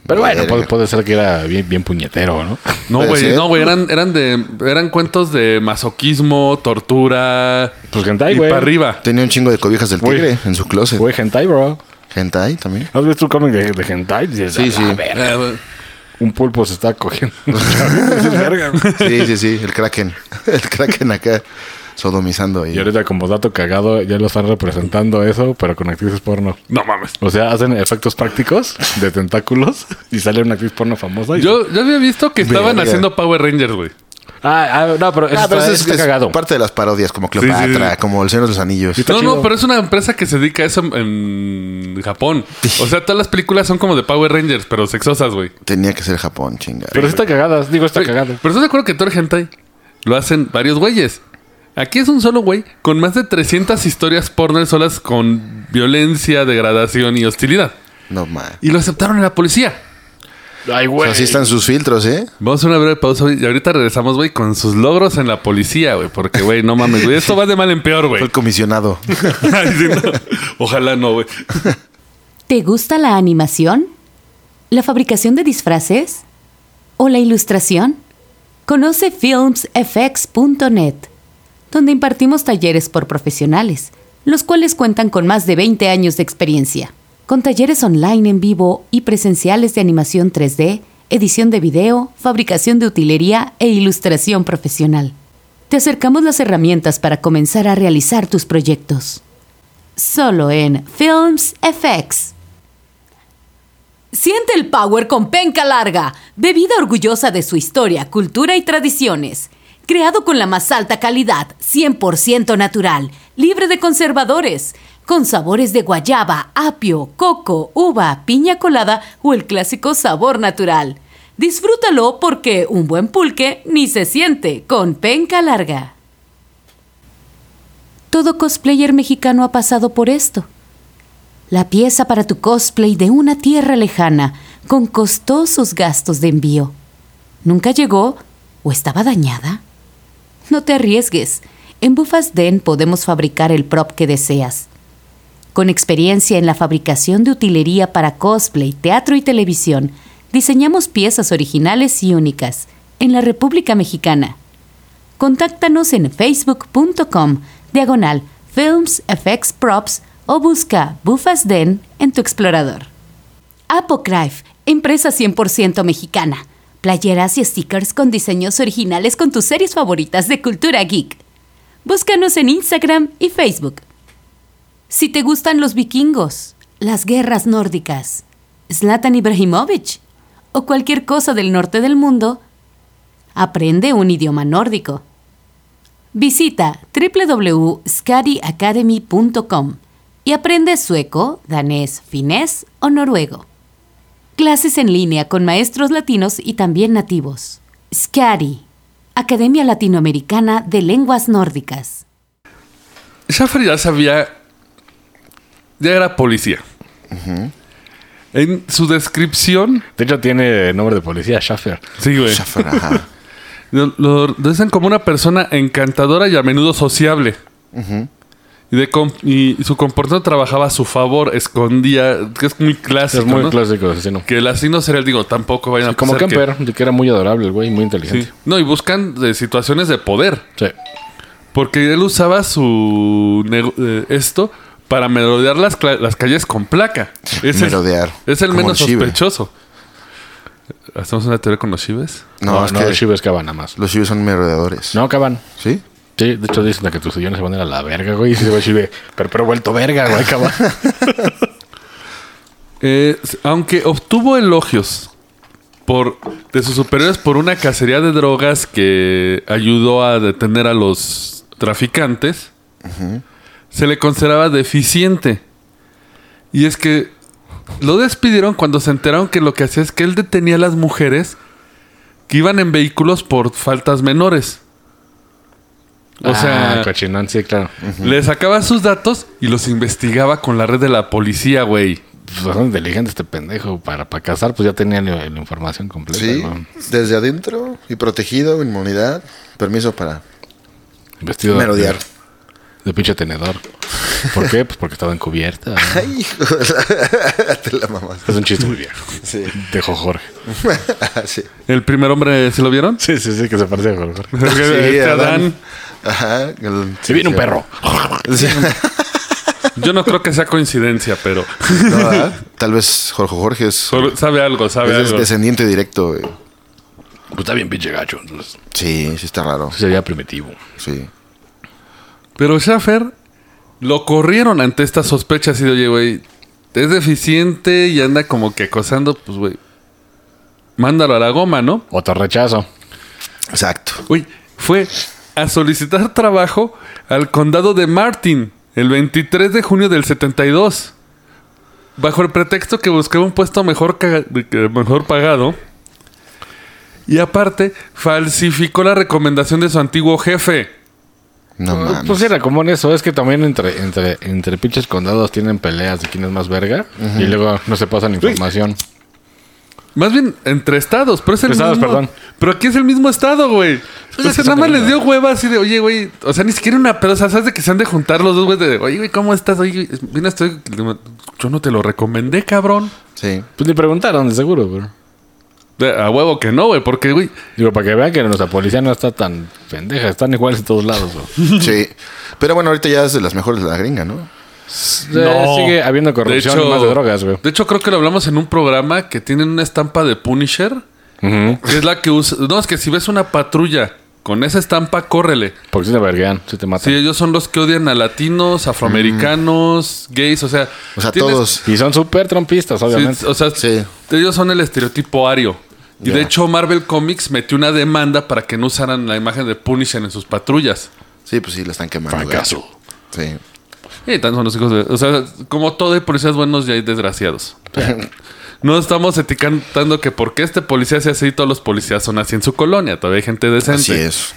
Speaker 3: Pero bueno,
Speaker 4: Verga.
Speaker 3: puede, puede ser que era bien, bien puñetero, ¿no?
Speaker 2: No,
Speaker 4: Puede
Speaker 2: güey,
Speaker 4: ser.
Speaker 2: no, güey. Eran, eran, de, eran cuentos de masoquismo, tortura.
Speaker 3: Pues hentai,
Speaker 2: y
Speaker 3: güey.
Speaker 2: para arriba.
Speaker 4: Tenía un chingo de cobijas del
Speaker 3: Güey.
Speaker 4: tigre en su closet.
Speaker 3: Fue hentai, bro.
Speaker 4: Hentai también.
Speaker 3: ¿Has visto un cómic de, de hentai? Dices,
Speaker 4: Sí,
Speaker 3: "A
Speaker 4: sí.
Speaker 3: la verga".
Speaker 2: Eh, güey.
Speaker 3: Un pulpo se está cogiendo. Dices, "Verga, güey".
Speaker 4: Sí, sí, sí, el Kraken. El Kraken acá sodomizando ahí.
Speaker 3: y ahorita como dato cagado ya lo están representando eso, pero con actrices porno.
Speaker 2: no mames.
Speaker 3: O sea, hacen efectos prácticos de tentáculos y sale una actriz porno famosa. y-
Speaker 2: Yo, yo había visto que estaban
Speaker 4: Verga.
Speaker 2: haciendo Power Rangers, güey.
Speaker 3: Ah, ah, no, pero eso
Speaker 4: Ah, pero
Speaker 3: está,
Speaker 4: eso es,
Speaker 3: está
Speaker 4: es
Speaker 3: cagado.
Speaker 4: parte de las parodias, como Cleopatra,
Speaker 2: sí, sí.
Speaker 4: como El Señor de los Anillos.
Speaker 3: Sí, está
Speaker 2: No, no,
Speaker 3: chido.
Speaker 2: pero es una empresa que se dedica a eso en Japón. O sea, todas las películas son como de Power Rangers, pero sexosas, güey.
Speaker 4: Tenía que ser Japón, chinga.
Speaker 3: Pero sí está cagadas. Digo, está
Speaker 2: Pero
Speaker 3: cagado.
Speaker 2: estás de acuerdo que todo el hentai lo hacen varios güeyes. Aquí es un solo güey con más de 300 historias porno solas con violencia, degradación y hostilidad.
Speaker 4: No mames.
Speaker 2: Y lo aceptaron en la policía.
Speaker 3: Ay,
Speaker 4: O
Speaker 3: güey.
Speaker 4: sea, así están sus filtros, ¿eh?
Speaker 2: Vamos a una breve pausa güey, y ahorita regresamos, güey, con sus logros en la policía, güey. Porque, güey, no mames, güey. Esto va de mal en peor,
Speaker 4: Fue
Speaker 2: güey.
Speaker 4: el comisionado.
Speaker 2: Ay, sí, no. Ojalá no, güey.
Speaker 1: ¿Te gusta la animación? ¿La fabricación de disfraces? ¿O la ilustración? Conoce filmsfx.net, donde impartimos talleres por profesionales, los cuales cuentan con más de 20 años de experiencia, con talleres online en vivo y presenciales de animación 3D, edición de video, fabricación de utilería e ilustración profesional. Te acercamos las herramientas para comenzar a realizar tus proyectos solo en Films FX. Siente el power con penca larga, bebida orgullosa de su historia, cultura y tradiciones. Creado con la más alta calidad, 100% natural, libre de conservadores, con sabores de guayaba, apio, coco, uva, piña colada o el clásico sabor natural. Disfrútalo porque un buen pulque ni se siente con penca larga. Todo cosplayer mexicano ha pasado por esto. La pieza para tu cosplay de una tierra lejana, con costosos gastos de envío. ¿Nunca llegó o estaba dañada? No te arriesgues. En Bufas Den podemos fabricar el prop que deseas. Con experiencia en la fabricación de utilería para cosplay, teatro y televisión, diseñamos piezas originales y únicas en la República Mexicana. Contáctanos en facebook.com diagonal Films FX Props o busca Bufas Den en tu explorador. Apocryph, empresa 100% mexicana. Playeras y stickers con diseños originales con tus series favoritas de cultura geek. Búscanos en Instagram y Facebook. Si te gustan los vikingos, las guerras nórdicas, Zlatan Ibrahimovic o cualquier cosa del norte del mundo, Aprende un idioma nórdico. Visita www.scariacademy.com y aprende sueco, danés, finés o noruego. Clases en línea con maestros latinos y también nativos. Scari, Academia Latinoamericana de Lenguas Nórdicas.
Speaker 2: Schaffer ya sabía. Ya era policía. En su descripción.
Speaker 3: De hecho, tiene nombre de policía, Schaffer.
Speaker 2: Sí, güey.
Speaker 4: Schaffer, ajá.
Speaker 2: Lo, lo dicen como una persona encantadora y a menudo sociable. y, de com- y su comportamiento trabajaba a su favor, escondía. Que es muy clásico.
Speaker 3: Es muy
Speaker 2: ¿no?
Speaker 3: clásico, asesino.
Speaker 2: Que el asesino serial, digo, tampoco vayan a
Speaker 3: Como
Speaker 2: pensar que-
Speaker 3: Kemper, de que... era muy adorable el güey, muy
Speaker 2: Sí.
Speaker 3: inteligente.
Speaker 2: No, y buscan de situaciones de poder.
Speaker 3: Sí.
Speaker 2: Porque él usaba su. nego- eh, esto para merodear las, cla- las calles con placa. Es el-
Speaker 4: Merodear.
Speaker 2: Es el
Speaker 4: Como
Speaker 2: menos
Speaker 4: el Shive.
Speaker 2: sospechoso. ¿Hacemos una teoría con los chives?
Speaker 4: No,
Speaker 3: No,
Speaker 4: es
Speaker 3: no,
Speaker 4: que
Speaker 3: Shiva es Caban, nada más.
Speaker 4: los chives son merodeadores.
Speaker 3: No, Caban.
Speaker 4: ¿Sí?
Speaker 3: Sí, de hecho dicen que tus sillones se van a ir a la verga, güey. Y se va a decir, pero, pero vuelto verga, güey, cabrón.
Speaker 2: Eh, aunque obtuvo elogios por, de sus superiores por una cacería de drogas que ayudó a detener a los traficantes, se le consideraba deficiente. Y es que lo despidieron cuando se enteraron que lo que hacía es que él detenía a las mujeres que iban en vehículos por faltas menores. O sea,
Speaker 3: Ah, cochinón, sí, claro.
Speaker 2: le sacaba sus datos y los investigaba con la red de la policía, güey.
Speaker 3: Pues bastante inteligente este pendejo. Para, para cazar, pues ya tenía la, la información completa,
Speaker 4: Sí,
Speaker 3: ¿no?
Speaker 4: desde adentro y protegido, inmunidad, permiso para
Speaker 3: Vestido de-
Speaker 4: merodear.
Speaker 3: De, pinche tenedor. ¿Por qué? Pues porque estaba encubierta. ¿no?
Speaker 4: Ay, hijo de la- te la mamás.
Speaker 3: Es un chiste muy viejo.
Speaker 4: Sí.
Speaker 3: Dejó Jorge.
Speaker 4: sí.
Speaker 2: El primer hombre, ¿se lo vieron?
Speaker 3: Sí, sí, sí, que se parece a Jorge.
Speaker 2: Este Adán.
Speaker 4: Ajá. el-
Speaker 3: Se viene un perro. Pues,
Speaker 4: Sí.
Speaker 2: Yo no creo que sea coincidencia, pero
Speaker 4: No, ¿verdad? Tal vez Jorge Jorge es,
Speaker 2: solo- sabe algo, sabe
Speaker 4: Pues es
Speaker 2: algo.
Speaker 4: descendiente directo. güey.
Speaker 3: Pues está bien pinche gacho. Entonces,
Speaker 4: Sí, sí está raro.
Speaker 3: sería primitivo.
Speaker 4: Sí.
Speaker 2: Pero Schaffer lo corrieron ante estas sospechas y de, oye, güey, es deficiente y anda como que acosando, pues, güey, mándalo a la goma, ¿no?
Speaker 3: Otro rechazo.
Speaker 4: Exacto.
Speaker 2: Uy, fue a solicitar trabajo al condado de Martin el 23 de junio del 72. Bajo el pretexto que buscaba un puesto mejor, caga- que- mejor pagado. Y aparte, falsificó la recomendación de su antiguo jefe.
Speaker 4: No mames.
Speaker 3: Pues era como en eso, es que también entre, entre, entre pinches condados tienen peleas de quién es más verga y luego no se pasan información.
Speaker 2: Más bien entre estados, pero es el
Speaker 3: Estados,
Speaker 2: mismo.
Speaker 3: perdón. Pues
Speaker 2: Pero aquí es el mismo estado, güey. O sea,
Speaker 3: es
Speaker 2: nada
Speaker 3: que son
Speaker 2: más
Speaker 3: de-
Speaker 2: les dio hueva así de, oye, güey. O sea, ni siquiera una pedo. O sea, sabes de que se han de juntar los dos, güey. De, oye, güey, ¿cómo estás? Oye, güey, mira, estoy. Yo no te lo recomendé, cabrón.
Speaker 4: Sí.
Speaker 3: Pues ni preguntaron, de seguro, pero.
Speaker 2: De- A huevo que no, güey, porque, güey.
Speaker 3: Digo, para que vean que nuestra policía no está tan pendeja, están iguales en todos lados. güey.
Speaker 4: Sí. Pero bueno, ahorita ya es de las mejores de la gringa, ¿no?
Speaker 2: No.
Speaker 3: Eh, Sigue habiendo corrupción
Speaker 2: De hecho-
Speaker 3: y más de drogas, güey.
Speaker 2: De hecho, creo que lo hablamos en un programa que tienen una estampa de Punisher, que es la que usa. No, es que si ves una patrulla con esa estampa, córrele.
Speaker 3: Porque si te verguean, si te
Speaker 2: Sí,
Speaker 3: matan.
Speaker 2: ellos son los que odian a latinos, afroamericanos, gays, o sea.
Speaker 4: O sea,
Speaker 2: tienes-
Speaker 4: todos.
Speaker 3: Y son súper trompistas,
Speaker 2: Sí,
Speaker 3: obviamente.
Speaker 2: o sea,
Speaker 4: Sí.
Speaker 2: ellos son el estereotipo ario. Y de
Speaker 4: Ya.
Speaker 2: hecho, Marvel Comics metió una demanda para que no usaran la imagen de Punisher en sus patrullas.
Speaker 4: Sí, pues sí, la están quemando.
Speaker 3: Fracaso.
Speaker 4: gacho. Sí.
Speaker 2: Y tan son los hijos de. O sea, como todo, hay policías buenos y hay desgraciados. No estamos etiquetando que porque este policía sea así, todos los policías son así en su colonia. Todavía hay gente decente.
Speaker 4: Así es.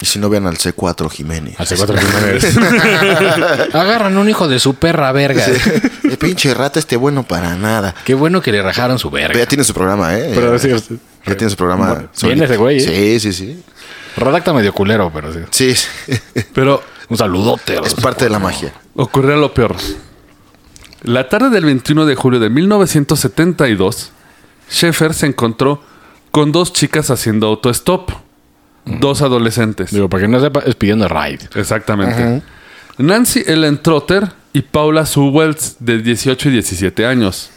Speaker 4: Y si no vean al C4 Jiménez.
Speaker 3: Hace cuatro primeros. Agarran un hijo de su perra verga.
Speaker 4: El pinche rata este bueno para nada.
Speaker 3: Qué bueno que le rajaron su
Speaker 4: Pero
Speaker 3: verga.
Speaker 4: ya tiene su programa, ¿eh?
Speaker 3: Pero
Speaker 4: ya,
Speaker 3: sí,
Speaker 4: ya tiene su programa.
Speaker 3: Bueno,
Speaker 4: solito.
Speaker 3: bien ese güey, ¿eh?
Speaker 4: Sí, sí, sí.
Speaker 3: Redacta medio culero, pero sí.
Speaker 4: Sí, sí.
Speaker 2: Pero
Speaker 3: Un saludote.
Speaker 4: es parte de la magia.
Speaker 2: Ocurrió lo peor. La tarde del 21 de julio de 1972, Sheffer se encontró con dos chicas haciendo autostop. Dos adolescentes.
Speaker 3: Digo, para que no sepa, es pidiendo ride.
Speaker 2: Exactamente. Nancy Ellen Trotter y Paula Sue Wells, de 18 y 17 años.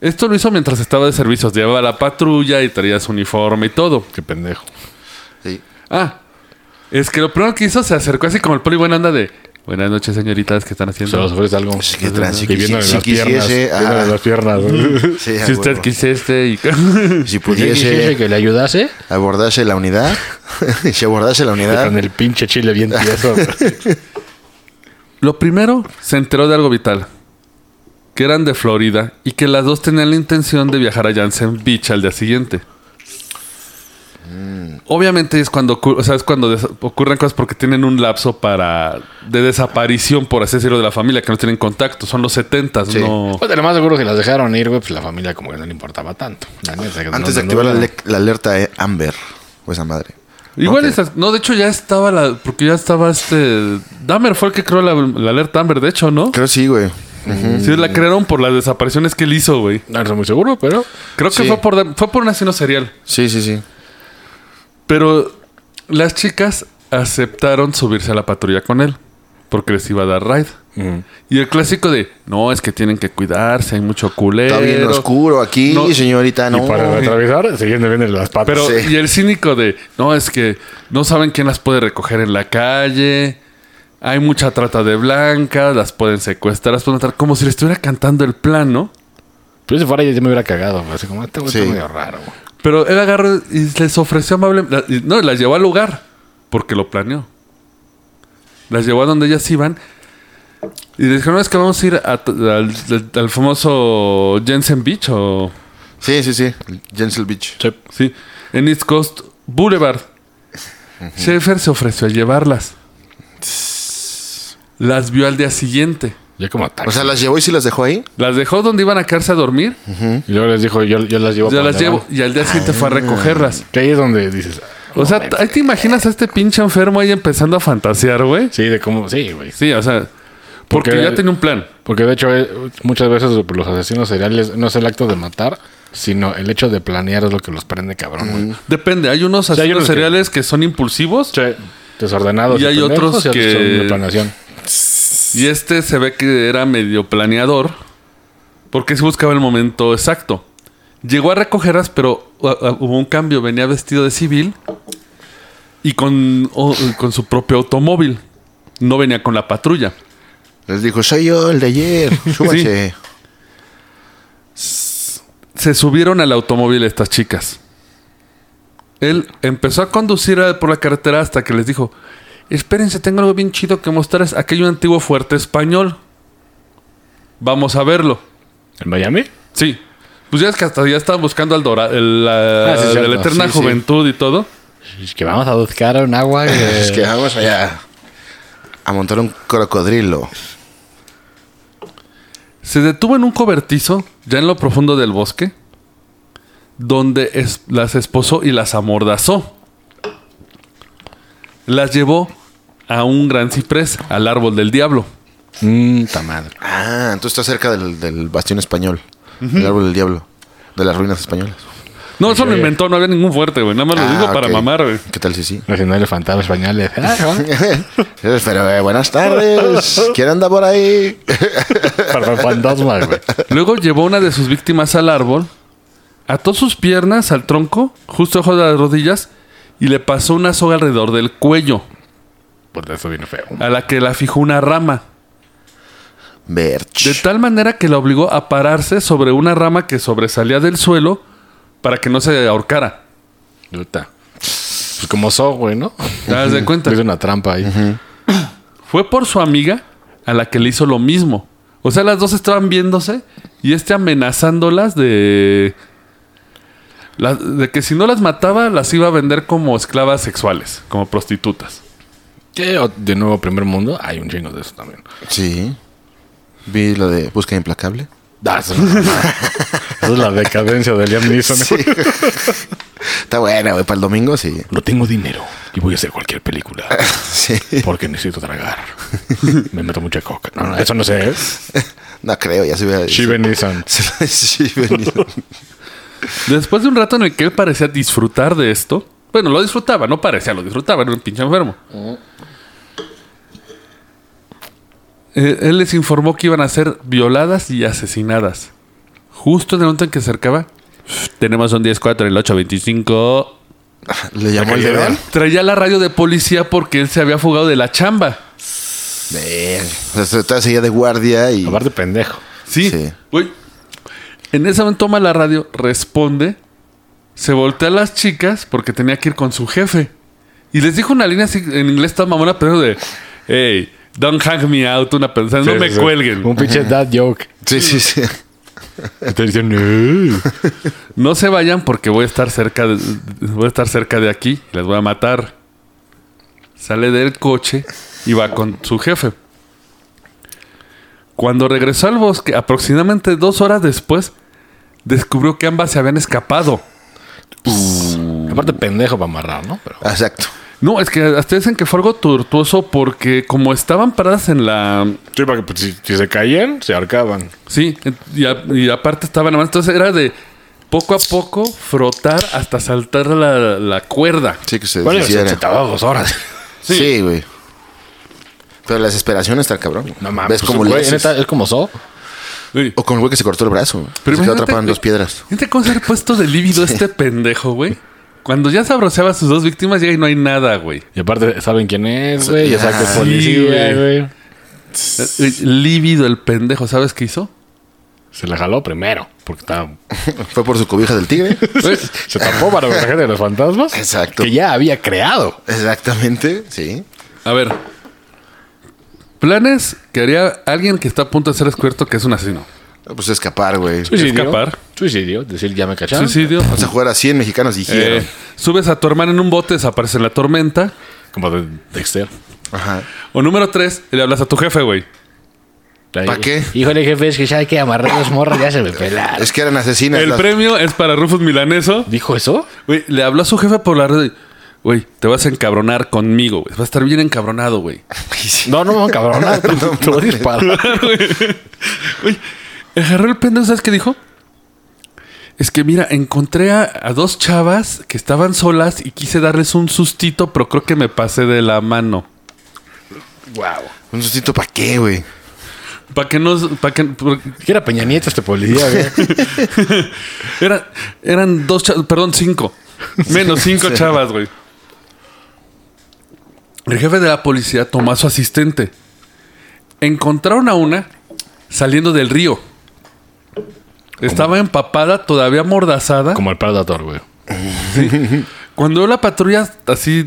Speaker 2: Esto lo hizo mientras estaba de servicios. Llevaba la patrulla y traía su uniforme y todo.
Speaker 3: Qué pendejo.
Speaker 4: Sí.
Speaker 2: Ah, es que lo primero que hizo se acercó así como el poli buena onda de... Buenas noches, señoritas, ¿qué están haciendo?
Speaker 3: Se los ofrece algo.
Speaker 4: Sí, que trans- si
Speaker 3: Y viéndole
Speaker 4: quisi-
Speaker 3: las
Speaker 4: si
Speaker 3: piernas.
Speaker 4: quisiese, ah.
Speaker 3: viéndole las piernas.
Speaker 4: Sí, a
Speaker 2: Si usted
Speaker 4: huevo.
Speaker 2: quisiese y...
Speaker 4: Si
Speaker 3: Si Pues quisiese
Speaker 4: pudiese
Speaker 3: que le ayudase.
Speaker 4: abordarse la unidad, si abordase la
Speaker 3: Con
Speaker 4: unidad,
Speaker 3: el pinche chile bien tieso.
Speaker 2: Lo primero, se enteró de algo vital. Que eran de Florida y que las dos tenían la intención de viajar a Janssen Beach al día siguiente.
Speaker 4: Mm.
Speaker 2: Obviamente es cuando, ocu- o sea, es cuando des- ocurren cosas porque tienen un lapso para de desaparición, por así decirlo, de la familia, que no tienen contacto. Son los 70,
Speaker 4: Sí.
Speaker 2: no...
Speaker 3: pues de lo más seguro que las dejaron ir, güey, pues la familia como que no le importaba tanto. La neta, que no-
Speaker 4: antes de
Speaker 3: no-
Speaker 4: activar
Speaker 3: no-
Speaker 4: la, le- la alerta eh, Amber, o esa madre.
Speaker 2: Igual
Speaker 4: Ok.
Speaker 2: esas- No, de hecho ya estaba la... Porque ya estaba este... Dahmer fue el que creó la, la alerta Amber, de hecho, ¿no?
Speaker 4: Creo que sí, güey.
Speaker 2: Sí, la crearon por las desapariciones que él hizo, güey.
Speaker 3: No estoy muy seguro, pero.
Speaker 2: Creo que
Speaker 4: Sí.
Speaker 2: fue por, fue por un asesino serial.
Speaker 4: Sí, sí, sí.
Speaker 2: Pero las chicas aceptaron subirse a la patrulla con él porque les iba a dar ride.
Speaker 3: Mm.
Speaker 2: Y el clásico de, no, es que tienen que cuidarse, hay mucho culero.
Speaker 4: Está bien oscuro aquí,
Speaker 2: No.
Speaker 4: señorita. No.
Speaker 3: Y para atravesar, siguiendo vienen las patas.
Speaker 2: Pero,
Speaker 4: Sí.
Speaker 2: y el cínico de, no, es que no saben quién las puede recoger en la calle. Hay mucha trata de blancas, las pueden secuestrar, las pueden matar. Como si le estuviera cantando el plan, ¿no?
Speaker 3: Pero si fuera ya, ya me hubiera cagado. güey. Así como, este güey
Speaker 4: Sí.
Speaker 3: está medio raro. güey.
Speaker 2: Pero él agarró y les ofreció amablemente. la- y- No, las llevó al lugar. Porque lo planeó. Las llevó a donde ellas iban. Y les dijeron, "No, es que vamos a ir a t- al, al famoso Jensen Beach o...
Speaker 4: Sí, sí, sí. Jensel Beach.
Speaker 2: Sí, en East Coast Boulevard. Schaefer se ofreció a llevarlas. Las vio al día siguiente.
Speaker 3: Ya como ataque.
Speaker 4: O sea, las llevó y sí las dejó ahí.
Speaker 2: Las dejó donde iban a quedarse a dormir.
Speaker 3: y luego les dijo, yo, yo las llevo.
Speaker 2: Yo
Speaker 3: para
Speaker 2: las
Speaker 3: donde
Speaker 2: llevo.
Speaker 3: van.
Speaker 2: Y al día siguiente fue a recogerlas.
Speaker 3: Que ahí es donde dices, "Ah,
Speaker 2: O sea, ahí te imaginas a este pinche enfermo ahí empezando a fantasear, güey.
Speaker 3: sí, de cómo, sí, güey.
Speaker 2: Sí, o sea, porque,
Speaker 3: Porque-
Speaker 2: ya tenía un plan.
Speaker 3: Porque de hecho, eh, muchas veces los asesinos seriales no es el acto de matar, sino el hecho de planear es lo que los prende, cabrón, güey.
Speaker 2: Depende, hay unos
Speaker 3: hay
Speaker 2: asesinos
Speaker 3: unos que-
Speaker 2: seriales que son impulsivos
Speaker 3: Desordenados.
Speaker 2: Y hay
Speaker 3: pendejos,
Speaker 2: otros
Speaker 3: y son
Speaker 2: que-
Speaker 3: de planeación.
Speaker 2: y este se ve que era medio planeador porque se buscaba el momento exacto. Llegó a recogerlas, pero uh, uh, hubo un cambio. Venía vestido de civil y con, o- con su propio automóvil. No venía con la patrulla.
Speaker 4: Les dijo, soy yo el de ayer. Súbanse.
Speaker 2: se subieron al automóvil estas chicas. Él empezó a conducir a- por la carretera hasta que les dijo, espérense, tengo algo bien chido que mostrarles. Aquí hay un antiguo fuerte español. Vamos a verlo.
Speaker 3: ¿En Miami?
Speaker 2: Sí. Pues ya es que hasta ya estaban buscando al Dora, el, la,
Speaker 3: Ah, sí,
Speaker 2: de la
Speaker 3: cierto.
Speaker 2: eterna
Speaker 3: Sí, sí.
Speaker 2: juventud y todo.
Speaker 3: Es que vamos a buscar un agua. que-
Speaker 4: Es que vamos allá. A montar un crocodrilo.
Speaker 2: Se detuvo en un cobertizo, ya en lo profundo del bosque, donde es- las esposó y las amordazó. Las llevó a un gran ciprés, al árbol del diablo.
Speaker 3: Mm, ta madre.
Speaker 4: Ah, entonces está cerca del, del bastión español. El árbol del diablo. De las ruinas españolas.
Speaker 2: No, eso lo inventó, no había ningún fuerte, güey. Nada más lo
Speaker 4: Ah,
Speaker 2: digo para
Speaker 4: ok.
Speaker 2: mamar, güey.
Speaker 4: ¿Qué tal si sí?
Speaker 3: Nacional de fantasmas españoles.
Speaker 4: Pero eh, buenas tardes. ¿Quién anda por ahí?
Speaker 3: Para fantasmas, güey.
Speaker 2: Luego llevó una de sus víctimas al árbol, ató sus piernas al tronco, justo abajo de las rodillas, y le pasó una soga alrededor del cuello,
Speaker 3: Pues eso viene feo.
Speaker 2: a la que la fijó una rama. De
Speaker 4: Berch.
Speaker 2: tal manera que la obligó a pararse sobre una rama que sobresalía del suelo para que no se ahorcara.
Speaker 3: Puta. Pues como so, güey, ¿no?
Speaker 2: ¿Te das de cuenta?
Speaker 3: Es una trampa ahí.
Speaker 2: Fue por su amiga a la que le hizo lo mismo. O sea, las dos estaban viéndose y este amenazándolas de... la- de que si no las mataba, las iba a vender como esclavas sexuales, como prostitutas.
Speaker 3: Que, o- de nuevo, primer mundo, hay un chingo de eso también.
Speaker 4: Sí. Vi lo de Busca Implacable.
Speaker 3: Ah, eso- Esa es la decadencia de Liam Neeson.
Speaker 4: Está bueno, güey. Para el domingo, sí.
Speaker 3: No tengo dinero y voy a hacer cualquier película
Speaker 4: Sí.
Speaker 3: porque necesito tragar. Me meto mucha coca. No, no, eso no sé. ¿eh?
Speaker 4: No creo, ya se hubiera...
Speaker 3: Steven Neeson.
Speaker 4: Sí, venido.
Speaker 2: Después de un rato en el que él parecía disfrutar de esto, bueno, lo disfrutaba, no parecía, lo disfrutaba, era un pinche enfermo. Eh, él les informó que iban a ser violadas y asesinadas. Justo en el momento en que se acercaba, tenemos un 10-4 en el 825.
Speaker 4: Le llamó el deber.
Speaker 2: Traía la radio de policía porque él se había fugado de la chamba.
Speaker 4: Ver. O sea, se estaba seguida de guardia y...
Speaker 3: Aparte, pendejo.
Speaker 2: Sí.
Speaker 4: Sí.
Speaker 2: Güey. En ese momento toma la radio, responde, se voltea a las chicas porque tenía que ir con su jefe. Y les dijo una línea así, en inglés tan mamona, pero de, hey, don't hang me out, una pensada, no
Speaker 3: Sí,
Speaker 2: me
Speaker 3: sí, sí.
Speaker 2: cuelguen.
Speaker 3: Un pinche dad joke.
Speaker 4: Sí, sí, sí.
Speaker 3: Entonces dicen, "No".
Speaker 2: No se vayan porque voy a estar cerca de, voy a estar cerca de aquí, les voy a matar. Sale del coche y va con su jefe. Cuando regresó al bosque, aproximadamente dos horas después, descubrió que ambas se habían escapado.
Speaker 3: Aparte, pendejo para amarrar, ¿no? Pero
Speaker 4: Exacto.
Speaker 2: No, es que hasta dicen que fue algo tortuoso porque como estaban paradas en la...
Speaker 3: Sí, para que pues, si, si se caían, se ahorcaban.
Speaker 2: Sí, y, a- y aparte estaban nada más, entonces era de poco a poco frotar hasta saltar la, la cuerda.
Speaker 4: Sí, que se
Speaker 3: Bueno, se,
Speaker 4: deshiciera.
Speaker 3: se tardó dos horas.
Speaker 4: Sí, güey. Pero la desesperación está el cabrón.
Speaker 3: No mames.
Speaker 4: ¿Ves
Speaker 3: pues,
Speaker 4: cómo le
Speaker 3: güey,
Speaker 4: haces?
Speaker 3: neta, es como so.
Speaker 2: Uy,
Speaker 4: O con el güey que se cortó el brazo. güey.
Speaker 2: pero
Speaker 4: se
Speaker 2: imagínate-
Speaker 4: quedó atrapado en dos piedras.
Speaker 2: Fíjate cómo se ha puesto de lívido este pendejo, güey. Cuando ya se abroceaba a sus dos víctimas, ya ahí no hay nada, güey.
Speaker 3: Y aparte, saben quién es, güey. Ya saben que es
Speaker 4: Ah,
Speaker 2: Sí,
Speaker 3: policía, güey.
Speaker 2: Eh, Lívido el pendejo, ¿sabes qué hizo?
Speaker 3: Se la jaló primero, porque estaba. pues,
Speaker 4: Fue por su cobija del tigre.
Speaker 2: Güey,
Speaker 3: Se tapó para proteger de los fantasmas.
Speaker 4: Exacto.
Speaker 3: Que ya había creado.
Speaker 4: Exactamente, sí.
Speaker 2: A ver. Planes que haría alguien que está a punto de ser descubierto que es un asesino.
Speaker 4: Pues escapar, güey.
Speaker 3: Suicidio.
Speaker 2: Escapar.
Speaker 3: Suicidio. Decir, ya me cacharon.
Speaker 2: Suicidio.
Speaker 4: Vamos a jugar a 100 mexicanos dijeron.
Speaker 2: Eh, subes a tu hermana en un bote, desaparece en la tormenta.
Speaker 3: Como de Dexter.
Speaker 4: Ajá.
Speaker 2: O número tres, le hablas a tu jefe, güey.
Speaker 4: ¿Pa qué?
Speaker 3: Híjole, jefe, es que ya hay que amarrar los morros, ya se me pelaron.
Speaker 4: Es que eran asesinas.
Speaker 2: El
Speaker 4: las-
Speaker 2: premio es para Rufus Milaneso.
Speaker 3: ¿Dijo eso?
Speaker 2: Güey, le habló a su jefe por la red. Güey, te vas a encabronar conmigo, güey. Vas a estar bien encabronado, güey.
Speaker 3: No, no, cabrón. no, te- te voy a disparar.
Speaker 2: Güey, agarró el pendejo, ¿sabes qué dijo? Es que mira, encontré a, a dos chavas que estaban solas y quise darles un sustito, pero creo que me pasé de la mano.
Speaker 3: Guau.
Speaker 4: ¿Un sustito para qué, güey?
Speaker 2: Para que no... pa' que, por-
Speaker 3: Que era Peña Nieto este policía, güey.
Speaker 2: era- eran dos chavas, perdón, cinco. Menos cinco chavas, güey. El jefe de la policía tomó a su asistente. Encontraron a una saliendo del río. Estaba empapada, todavía mordazada.
Speaker 3: Como el Predator, güey.
Speaker 2: Cuando vio la patrulla, así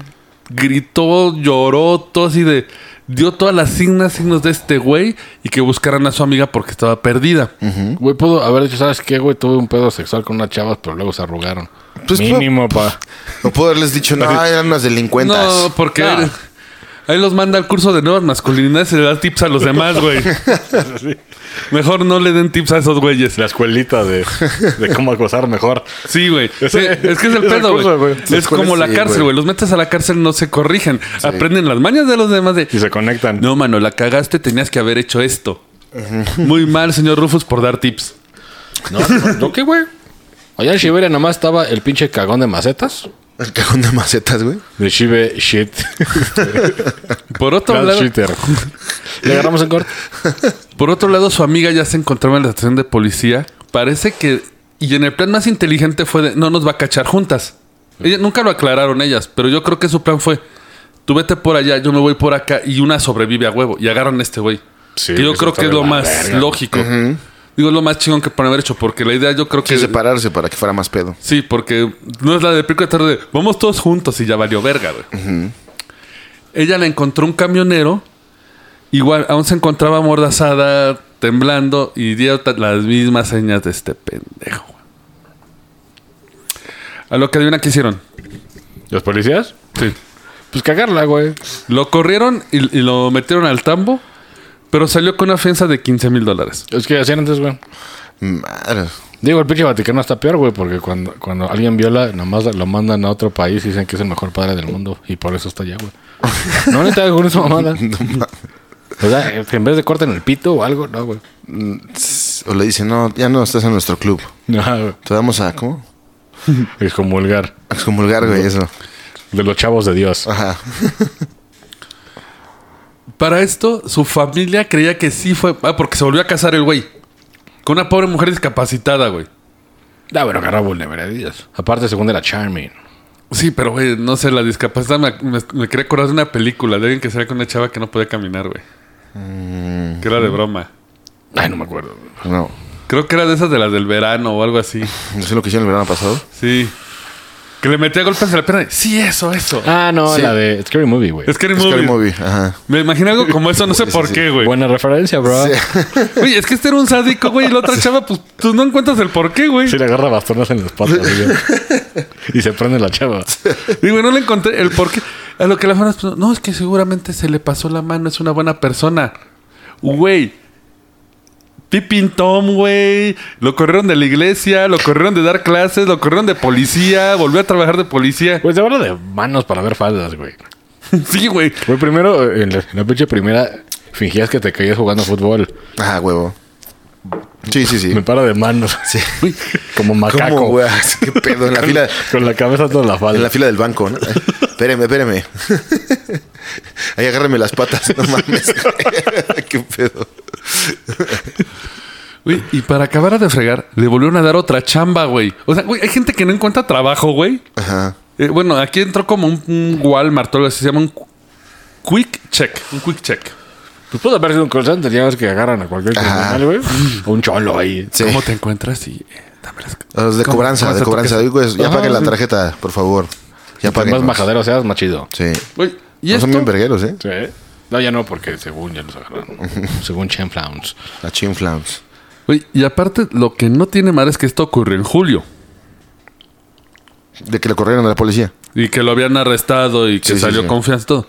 Speaker 2: gritó, lloró, todo así de. Dio todas las signas, signos de este güey y que buscaran a su amiga porque estaba perdida.
Speaker 3: ¿Mm? Güey, pudo haber dicho, ¿sabes qué, güey? Tuve un pedo sexual con unas chavas, pero luego se arrugaron.
Speaker 4: Pues,
Speaker 3: Mínimo, pa.
Speaker 4: No puedo haberles dicho, no, eran unas delincuentas.
Speaker 2: No, porque
Speaker 3: No.
Speaker 2: ahí- ahí los manda al curso de nuevas masculinidades y le da tips a los demás, güey. Mejor no le den tips a esos güeyes.
Speaker 3: La escuelita de, de cómo acosar mejor.
Speaker 2: Sí, güey. Sí, es que es el
Speaker 3: es el
Speaker 2: pedo,
Speaker 3: curso,
Speaker 2: güey.
Speaker 3: güey.
Speaker 2: Es como la
Speaker 4: Sí,
Speaker 2: cárcel,
Speaker 4: güey.
Speaker 2: güey. Los metes a la cárcel, no se corrigen. Aprenden las mañas de los demás de...
Speaker 3: Y se conectan.
Speaker 2: No, mano, la cagaste, tenías que haber hecho esto. Muy mal, señor Rufus, por dar tips.
Speaker 3: No, no, ¿no qué, güey? Allá en Shiberia nomás estaba el pinche cagón de macetas.
Speaker 4: El cajón de macetas, güey.
Speaker 3: De Shibe shit.
Speaker 2: Por otro,
Speaker 3: Brad
Speaker 2: lado,
Speaker 3: Shitter. Le agarramos en corto.
Speaker 2: por otro lado, su amiga ya se encontraba en la estación de policía. Parece que... Y en el plan más inteligente fue de... No nos va a cachar juntas. Ella- nunca lo aclararon ellas, pero yo creo que su plan fue... Tú vete por allá, yo me voy por acá y una sobrevive a huevo. Y agarran a este güey.
Speaker 3: Sí,
Speaker 2: que yo
Speaker 3: eso
Speaker 2: creo
Speaker 3: está
Speaker 2: que es
Speaker 3: de
Speaker 2: lo
Speaker 3: la
Speaker 2: más
Speaker 3: verga.
Speaker 2: lógico. Digo, es lo más chingón que pueden haber hecho. Porque la idea yo creo que...
Speaker 4: Que separarse para que fuera más pedo.
Speaker 2: Sí, porque no es la de pico de tarde. Vamos todos juntos y ya valió verga, güey. Ella la encontró un camionero. Igual, aún se encontraba amordazada, temblando y dio ta- las mismas señas de este pendejo. güey. A lo que adivina que hicieron.
Speaker 3: ¿Los policías?
Speaker 2: Sí.
Speaker 3: Pues cagarla, güey.
Speaker 2: Lo corrieron y, y lo metieron al tambo, pero salió con una fianza de 15 mil dólares.
Speaker 3: Es que hacían antes, güey.
Speaker 4: Madre.
Speaker 3: Digo, el pinche Vaticano está peor, güey, porque cuando, cuando alguien viola, nomás lo mandan a otro país y dicen que es el mejor padre del mundo. Y por eso está allá, güey. No le traigo con esa mamada. O sea, eh, en vez de corten el pito o algo, no, güey.
Speaker 4: O le dicen, no, ya no estás en nuestro club.
Speaker 3: No, güey.
Speaker 4: Te vamos a, ¿cómo?
Speaker 3: excomulgar.
Speaker 4: A excomulgar, güey, eso.
Speaker 3: De los chavos de Dios.
Speaker 4: Ajá.
Speaker 2: Para esto, su familia creía que sí fue. Ah, porque se volvió a casar el güey. Con una pobre mujer discapacitada, güey.
Speaker 3: Ah, pero agarra vulnerabilidades. Aparte, según era Charming.
Speaker 2: Sí, pero güey, no sé, la discapacidad me, me, me quería acordar de una película de alguien que salía con una chava que no podía caminar, güey. Que era de broma.
Speaker 3: Ay, no me acuerdo. güey.
Speaker 4: No.
Speaker 2: Creo que era de esas de las del verano o algo así.
Speaker 4: No sé lo que hicieron el verano pasado.
Speaker 2: Sí. Que le metía golpes en la pierna. y, Sí, eso, eso.
Speaker 3: Ah, no,
Speaker 4: Sí.
Speaker 3: la de Scary Movie, güey.
Speaker 2: es que
Speaker 4: Scary
Speaker 2: era movie.
Speaker 4: Movie. Ajá.
Speaker 2: Me imaginé algo como eso, no sé por qué, güey.
Speaker 3: Buena referencia, bro.
Speaker 4: Sí.
Speaker 2: Oye, es que este era un sádico, güey, y la otra chava, pues tú no encuentras el por qué, güey.
Speaker 3: Sí, le agarra bastones en las patas. güey. y se prende la chava.
Speaker 2: Digo, no le encontré el por qué. A lo que la fama no, es que seguramente se le pasó la mano, es una buena persona. Güey. Pippin Tom, güey. Lo corrieron de la iglesia, lo corrieron de dar clases, lo corrieron de policía, volvió a trabajar de policía.
Speaker 3: Pues se habla de manos para ver faldas, güey.
Speaker 2: Sí, güey.
Speaker 3: Güey, primero, en la, en la pinche primera, fingías que te caías jugando fútbol.
Speaker 4: Ajá, Ah, huevo. Sí, sí, sí.
Speaker 3: Me para de manos. Uy, Como macaco.
Speaker 4: ¿Cómo, güey? ¿Qué pedo? En la fila,
Speaker 3: Con la cabeza toda la
Speaker 4: en la
Speaker 3: falda.
Speaker 4: fila del banco, ¿no? Eh, Espéreme, espéreme. Ahí agárrame las patas, no mames. Qué pedo.
Speaker 2: Güey, y para acabar de fregar, le volvieron a dar otra chamba, güey. O sea, güey, hay gente que no encuentra trabajo, güey.
Speaker 4: Ajá.
Speaker 2: Eh, bueno, aquí entró como un, un Walmart, o algo así, se llama un cu- quick check. Un quick check.
Speaker 3: Pues pudo haber sido un call center, ya ves que agarran a cualquier criminal, güey. O un cholo ahí.
Speaker 4: Sí.
Speaker 2: ¿Cómo te encuentras? Y, eh, dame las-
Speaker 4: A Este, los Ah, de
Speaker 2: ¿Cómo-
Speaker 4: cobranza,
Speaker 2: cómo
Speaker 4: de
Speaker 2: te
Speaker 4: cobranza.
Speaker 2: toques?
Speaker 4: Digo, es- ya
Speaker 3: Ajá,
Speaker 4: paguen la
Speaker 3: Ah, sí.
Speaker 4: tarjeta, por favor. Ya
Speaker 3: Entre más
Speaker 4: paguen.
Speaker 3: majadero seas, más chido.
Speaker 4: Sí.
Speaker 2: Güey, y
Speaker 4: No son bien
Speaker 2: esto-
Speaker 4: vergueros, ¿eh?
Speaker 3: Sí. No, ya no, porque según ya los agarraron. según Chen Flowns.
Speaker 4: La chinflams.
Speaker 2: güey, y aparte, lo que no tiene mal es que esto ocurrió en julio.
Speaker 4: De que le corrieron a la policía.
Speaker 2: Y que lo habían arrestado y que
Speaker 4: Sí, sí,
Speaker 2: salió
Speaker 4: sí.
Speaker 2: confianza y todo.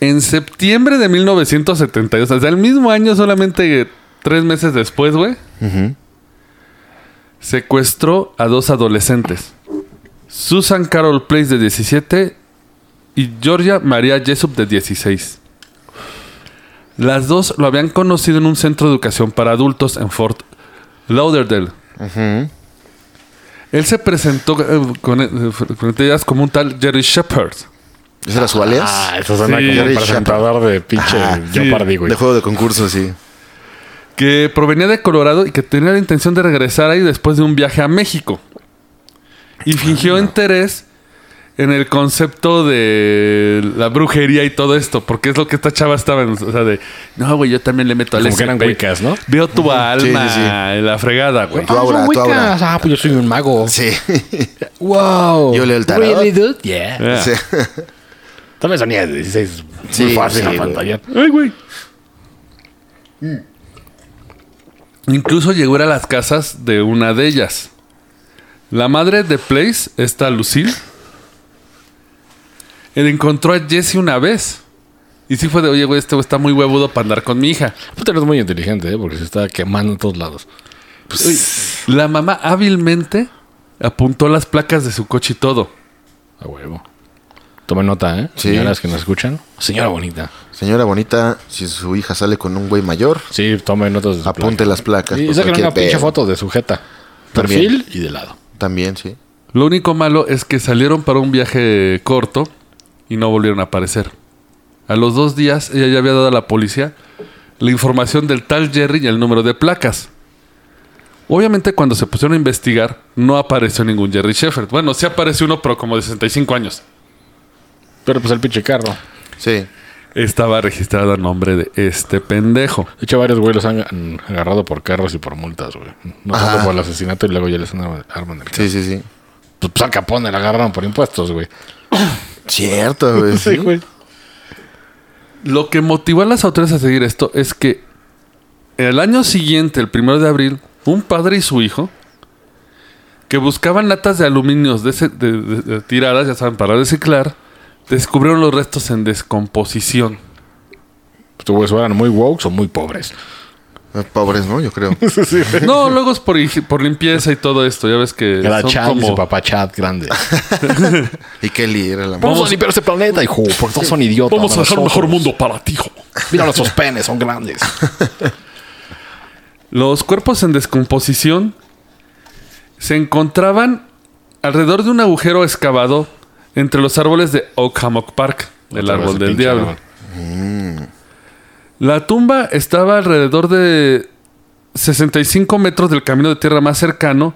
Speaker 2: En septiembre de 1972, o sea, el mismo año, solamente tres meses después, güey, secuestró a dos adolescentes. Susan Carol Place de 17 y Georgia María Jessup de 16. Las dos lo habían conocido en un centro de educación para adultos en Fort Lauderdale. Él se presentó eh, con, eh, frente a ellas como un tal Jerry Shepard.
Speaker 4: ¿Esa era su alias?
Speaker 3: Ah, eso suena
Speaker 2: Sí,
Speaker 3: como un
Speaker 4: Jerry
Speaker 3: presentador de pinche
Speaker 4: Ajá,
Speaker 3: Yo
Speaker 2: sí.
Speaker 3: Pardí, güey.
Speaker 4: de juego de concurso, sí.
Speaker 2: que provenía de Colorado y que tenía la intención de regresar ahí después de un viaje a México. Y fingió interés en el concepto de la brujería y todo esto, porque es lo que esta chava estaba en, o sea, de, no, güey, yo también le meto al
Speaker 3: Como que eran
Speaker 2: SP.
Speaker 3: wicas, ¿no?
Speaker 2: Veo tu
Speaker 4: sí,
Speaker 2: alma
Speaker 4: sí.
Speaker 2: en la fregada, güey.
Speaker 4: Tu aura, tu aura.
Speaker 3: Ah, pues yo soy un mago.
Speaker 4: Sí.
Speaker 3: Wow.
Speaker 4: Yo leo el tarot.
Speaker 3: Really, dude? Yeah.
Speaker 2: Ah.
Speaker 4: Sí.
Speaker 3: También sonía de 16.
Speaker 4: Sí,
Speaker 3: muy fácil
Speaker 4: sí,
Speaker 3: la
Speaker 4: güey.
Speaker 3: pantalla.
Speaker 2: Ay, güey. Incluso llegó a ir a las casas de una de ellas. La madre de Place, esta Lucille, él encontró a Jesse una vez. Y sí fue de, oye, güey, este güey está muy huevudo para andar con mi hija.
Speaker 3: Puta, eres Este muy inteligente, ¿eh? Porque se está quemando en todos lados.
Speaker 4: Pues,
Speaker 2: Uy, la mamá hábilmente apuntó las placas de su coche y todo.
Speaker 3: A huevo. Tomen nota, ¿eh?
Speaker 4: Sí.
Speaker 3: Señoras que nos escuchan. Señora bonita.
Speaker 4: Señora bonita, si su hija sale con un güey mayor,
Speaker 3: Sí, tomen notas. de sus
Speaker 4: apunte
Speaker 3: placas.
Speaker 4: las placas.
Speaker 3: Y
Speaker 4: por
Speaker 3: saquen
Speaker 4: cualquier
Speaker 3: una pinche
Speaker 4: pedo.
Speaker 3: foto de sujeta.
Speaker 4: También.
Speaker 3: Perfil y de lado.
Speaker 4: También, sí.
Speaker 2: Lo único malo es que salieron para un viaje corto y no volvieron a aparecer. A los dos días ella ya había dado a la policía la información del tal Jerry y el número de placas. Obviamente cuando se pusieron a investigar no apareció ningún Jerry Shepard. Bueno, sí apareció uno, pero como de 65 años.
Speaker 3: Pero pues el pinche carro.
Speaker 4: Sí.
Speaker 2: Estaba registrado a nombre de este pendejo.
Speaker 3: De hecho, varios güeyes los han han agarrado por carros y por multas, güey. No
Speaker 4: Ajá.
Speaker 3: tanto por el asesinato y luego ya les han arma- arma en el carro.
Speaker 4: Sí, sí, sí.
Speaker 3: Pues, pues al Capone la agarraron por impuestos, güey. Pues,
Speaker 4: Cierto,
Speaker 2: Pues
Speaker 4: güey. sí.
Speaker 2: Lo que motivó a las autoridades a seguir esto es que el año siguiente, el primero de abril, un padre y su hijo que buscaban latas de aluminio de, ese- de- de- de tiradas, ya saben, para reciclar, descubrieron los restos en descomposición.
Speaker 3: Estos güeyes eran muy woke o muy pobres.
Speaker 4: Ah, Pobres, ¿no? Yo creo.
Speaker 2: No, luego es por, higi- por limpieza y todo esto, ya ves que
Speaker 3: Cada
Speaker 2: son
Speaker 3: chat y su
Speaker 2: como...
Speaker 3: papá chat grande.
Speaker 4: Y Kelly era la
Speaker 3: Vamos a limpiar este planeta, hijo, porque todos son idiotas.
Speaker 2: Vamos a dejar un mejor
Speaker 3: nosotros.
Speaker 2: mundo para ti, hijo.
Speaker 3: Mira nuestros penes, son grandes.
Speaker 2: Los cuerpos en descomposición se encontraban alrededor de un agujero excavado entre los árboles de Oak Hammock Park, el
Speaker 3: Otra vez
Speaker 2: árbol del
Speaker 3: pinche
Speaker 2: diablo.
Speaker 3: árbol.
Speaker 2: La tumba estaba alrededor de 65 metros del camino de tierra más cercano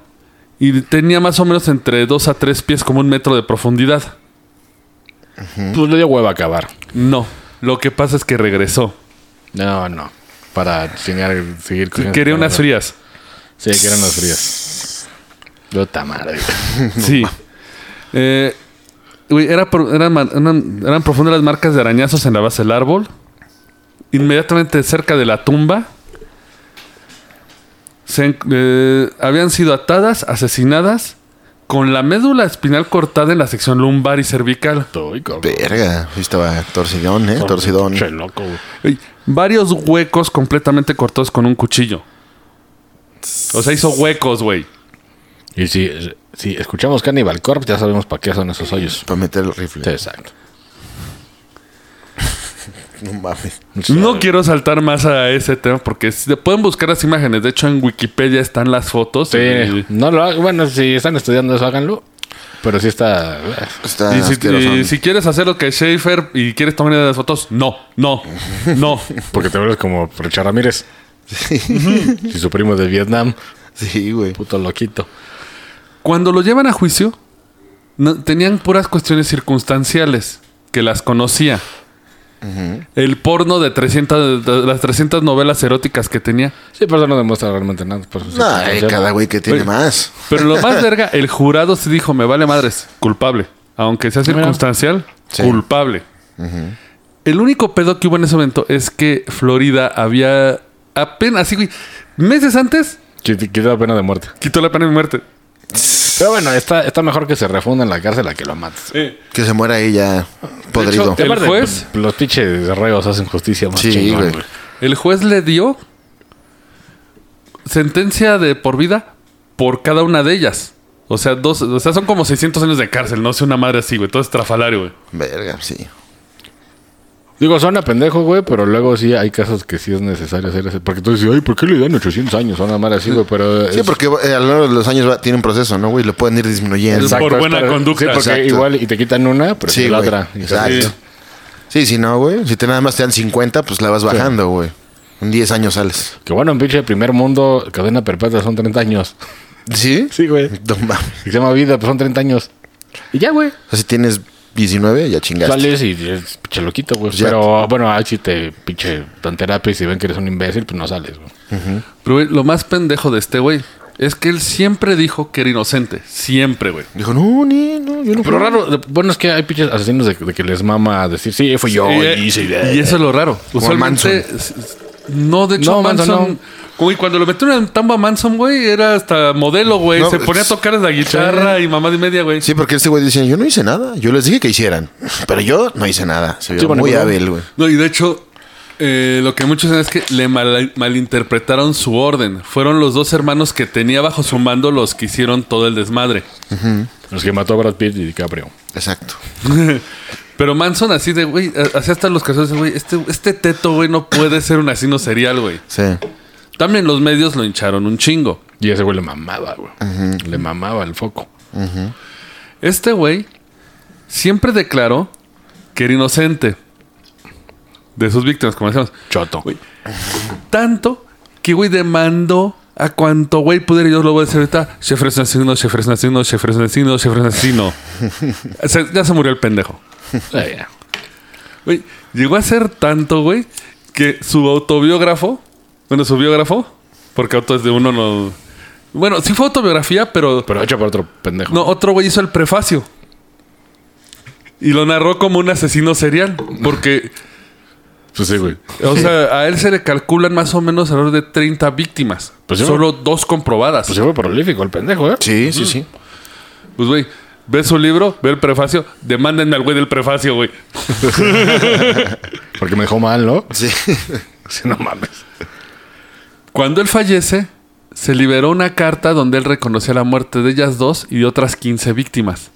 Speaker 2: y tenía más o menos entre 2 a 3 pies como un metro de profundidad.
Speaker 3: Pues le dio hueva a acabar.
Speaker 2: No, lo que pasa es que regresó.
Speaker 3: No, no. Para chingar, seguir cogiendo.
Speaker 2: Quería unas frías.
Speaker 3: Sí, que eran unas frías. Puta madre.
Speaker 2: Sí. Eh, güey, era por- eran, man- eran- eran profundas las marcas de arañazos en la base del árbol. Inmediatamente cerca de la tumba. se en- eh, habían sido atadas, asesinadas, con la médula espinal cortada en la sección lumbar y cervical.
Speaker 3: Estoy con-
Speaker 4: Verga. Sí estaba torcidón, ¿eh?
Speaker 3: con-
Speaker 4: Torcidón.
Speaker 3: Che, loco, güey.
Speaker 2: Güey, varios huecos completamente cortados con un cuchillo. O sea, hizo huecos, güey.
Speaker 3: Y si, si escuchamos Cannibal Corpse, ya sabemos para qué son esos hoyos.
Speaker 4: Para meter el rifle.
Speaker 3: Sí, exacto.
Speaker 4: No mames.
Speaker 2: No quiero saltar más a ese tema porque sí- pueden buscar las imágenes. De hecho, en Wikipedia están las fotos.
Speaker 3: Sí,
Speaker 2: Y-
Speaker 3: no lo hagan. Bueno, si están estudiando eso, háganlo. Pero sí está.
Speaker 4: Está
Speaker 2: y, si,
Speaker 4: Ah, asqueroso.
Speaker 2: y si quieres hacer lo que Schaefer y quieres tomar las fotos, no, no, no.
Speaker 3: Porque te vuelves como Richard Ramírez. Y su primo de Vietnam,
Speaker 4: Sí, güey.
Speaker 3: puto loquito.
Speaker 2: Cuando lo llevan a juicio, no- tenían puras cuestiones circunstanciales que las conocía. El porno de 300, de- de las 300 novelas eróticas que tenía.
Speaker 3: Sí, pero eso no demuestra realmente nada. por eso sí
Speaker 4: No,
Speaker 3: que
Speaker 4: hay
Speaker 3: funciona.
Speaker 4: cada güey que tiene
Speaker 2: Güey.
Speaker 4: más.
Speaker 2: Pero lo más verga, el jurado se dijo, me vale madres, culpable. Aunque sea circunstancial,
Speaker 4: Sí.
Speaker 2: culpable. El único pedo que hubo en ese momento es que Florida había apenas, así güey, meses antes,
Speaker 3: Quit- Quita la pena de muerte.
Speaker 2: quitó la pena de muerte.
Speaker 3: Pero bueno, está, está mejor que se refunda en la cárcel a que lo mates.
Speaker 4: Que se muera ahí ya podrido.
Speaker 2: hecho, El
Speaker 3: Aparte,
Speaker 2: juez-
Speaker 3: Los pinches reos hacen justicia más
Speaker 4: Sí,
Speaker 3: chingón,
Speaker 4: güey.
Speaker 3: Pues, güey.
Speaker 2: El juez le dio sentencia de por vida por cada una de ellas. O sea, dos, o sea, son como 600 años de cárcel, no sé, una madre así, güey. Todo es trafalario, güey.
Speaker 4: Verga, sí.
Speaker 3: Digo, suena pendejo, güey, pero luego sí hay casos que sí es necesario hacer eso. Porque tú dices, ay, ¿por qué le dan 800 años? Son madre así, güey, pero...
Speaker 4: Sí,
Speaker 3: es-
Speaker 4: porque eh, a lo largo de los años va- tiene un proceso, ¿no, güey? Lo pueden ir disminuyendo.
Speaker 2: Exacto. por buena conducta.
Speaker 3: Sí, porque
Speaker 4: Exacto.
Speaker 3: igual y te quitan una, pero
Speaker 4: Sí,
Speaker 3: sí, la
Speaker 4: güey.
Speaker 3: otra. Y-
Speaker 4: Exacto. Sí, si no, güey. Si te nada más te dan 50, pues la vas bajando, güey. En 10 años sales.
Speaker 3: Que bueno, en pinche primer mundo, cadena perpetua son 30 años.
Speaker 4: ¿Sí?
Speaker 3: Sí, güey.
Speaker 4: No mames.
Speaker 3: Y se llama vida, pues son 30 años. Y ya, güey.
Speaker 4: O sea, si tienes 19, ya chingaste.
Speaker 3: Sales y es pinche loquito, güey.
Speaker 4: Ya.
Speaker 3: Pero bueno, ahí si te pinche dan terapia y si ven que eres un imbécil, pues no sales, güey.
Speaker 2: Pero, güey, lo más pendejo de este güey es que él siempre dijo que era inocente. Siempre, güey.
Speaker 4: Dijo, no, ni, no, yo no.
Speaker 3: Pero
Speaker 4: fui".
Speaker 3: raro, de- bueno, es que hay pinches asesinos de, de que les mama decir, sí, fui yo,
Speaker 2: eh,
Speaker 3: y hice.
Speaker 2: y eso es lo raro. Usualmente.
Speaker 4: Manson.
Speaker 2: s- s- No, de hecho,
Speaker 3: No,
Speaker 2: Manson.
Speaker 3: Manson
Speaker 2: Güey, cuando lo metieron en tamba Manson, güey, era hasta modelo, güey.
Speaker 4: No,
Speaker 2: Se ponía a tocar en la guitarra y mamá de media, güey.
Speaker 4: Sí, porque este güey dice, yo no hice nada. Yo les dije que hicieran. Pero yo no hice nada. Se vio
Speaker 3: bueno, pues,
Speaker 4: muy
Speaker 3: pero-
Speaker 4: hábil, güey.
Speaker 2: No, y de hecho, eh, lo que muchos saben es que le mal- malinterpretaron su orden. Fueron los dos hermanos que tenía bajo su mando los que hicieron todo el desmadre.
Speaker 3: Los que mató a Brad Pitt y DiCaprio.
Speaker 4: Exacto.
Speaker 2: Pero Manson así de, güey, a- así hasta los casos güey, este, este teto, güey, no puede ser un asino serial, güey.
Speaker 4: Sí.
Speaker 2: También los medios lo hincharon un chingo.
Speaker 3: Y ese güey le mamaba, güey. Le mamaba el foco.
Speaker 2: Este güey siempre declaró que era inocente de sus víctimas, como decíamos.
Speaker 3: Choto.
Speaker 2: tanto que, güey, demandó a cuanto, güey, pudiera. Yo lo voy a decir ahorita. Sheffer es un asesino, Sheffer es un asesino, Sheffer es un asesino, Sheffer es un asesino. Se- ya se murió el pendejo.
Speaker 3: Ah, ya.
Speaker 2: Güey, llegó a ser tanto, güey, que su autobiógrafo, bueno, su biógrafo, porque auto es de uno, no... Bueno, sí fue autobiografía, pero...
Speaker 3: Pero hecho por otro pendejo.
Speaker 2: No, otro güey hizo el prefacio. Y lo narró como un asesino serial, porque...
Speaker 3: Pues sí, güey.
Speaker 2: O sea, a él se le calculan más o menos alrededor de 30 víctimas.
Speaker 3: Pues yo-
Speaker 2: Solo dos comprobadas.
Speaker 3: Pues sí fue prolífico el pendejo, ¿eh?
Speaker 4: Sí, sí, sí.
Speaker 2: Pues, güey, ve su libro, ve el prefacio, demándenme al güey del prefacio, güey.
Speaker 3: Porque me dejó mal, ¿no?
Speaker 4: Sí.
Speaker 3: Sí, no mames.
Speaker 2: Cuando él fallece, se liberó una carta donde él reconocía la muerte de ellas dos y de otras 15 víctimas.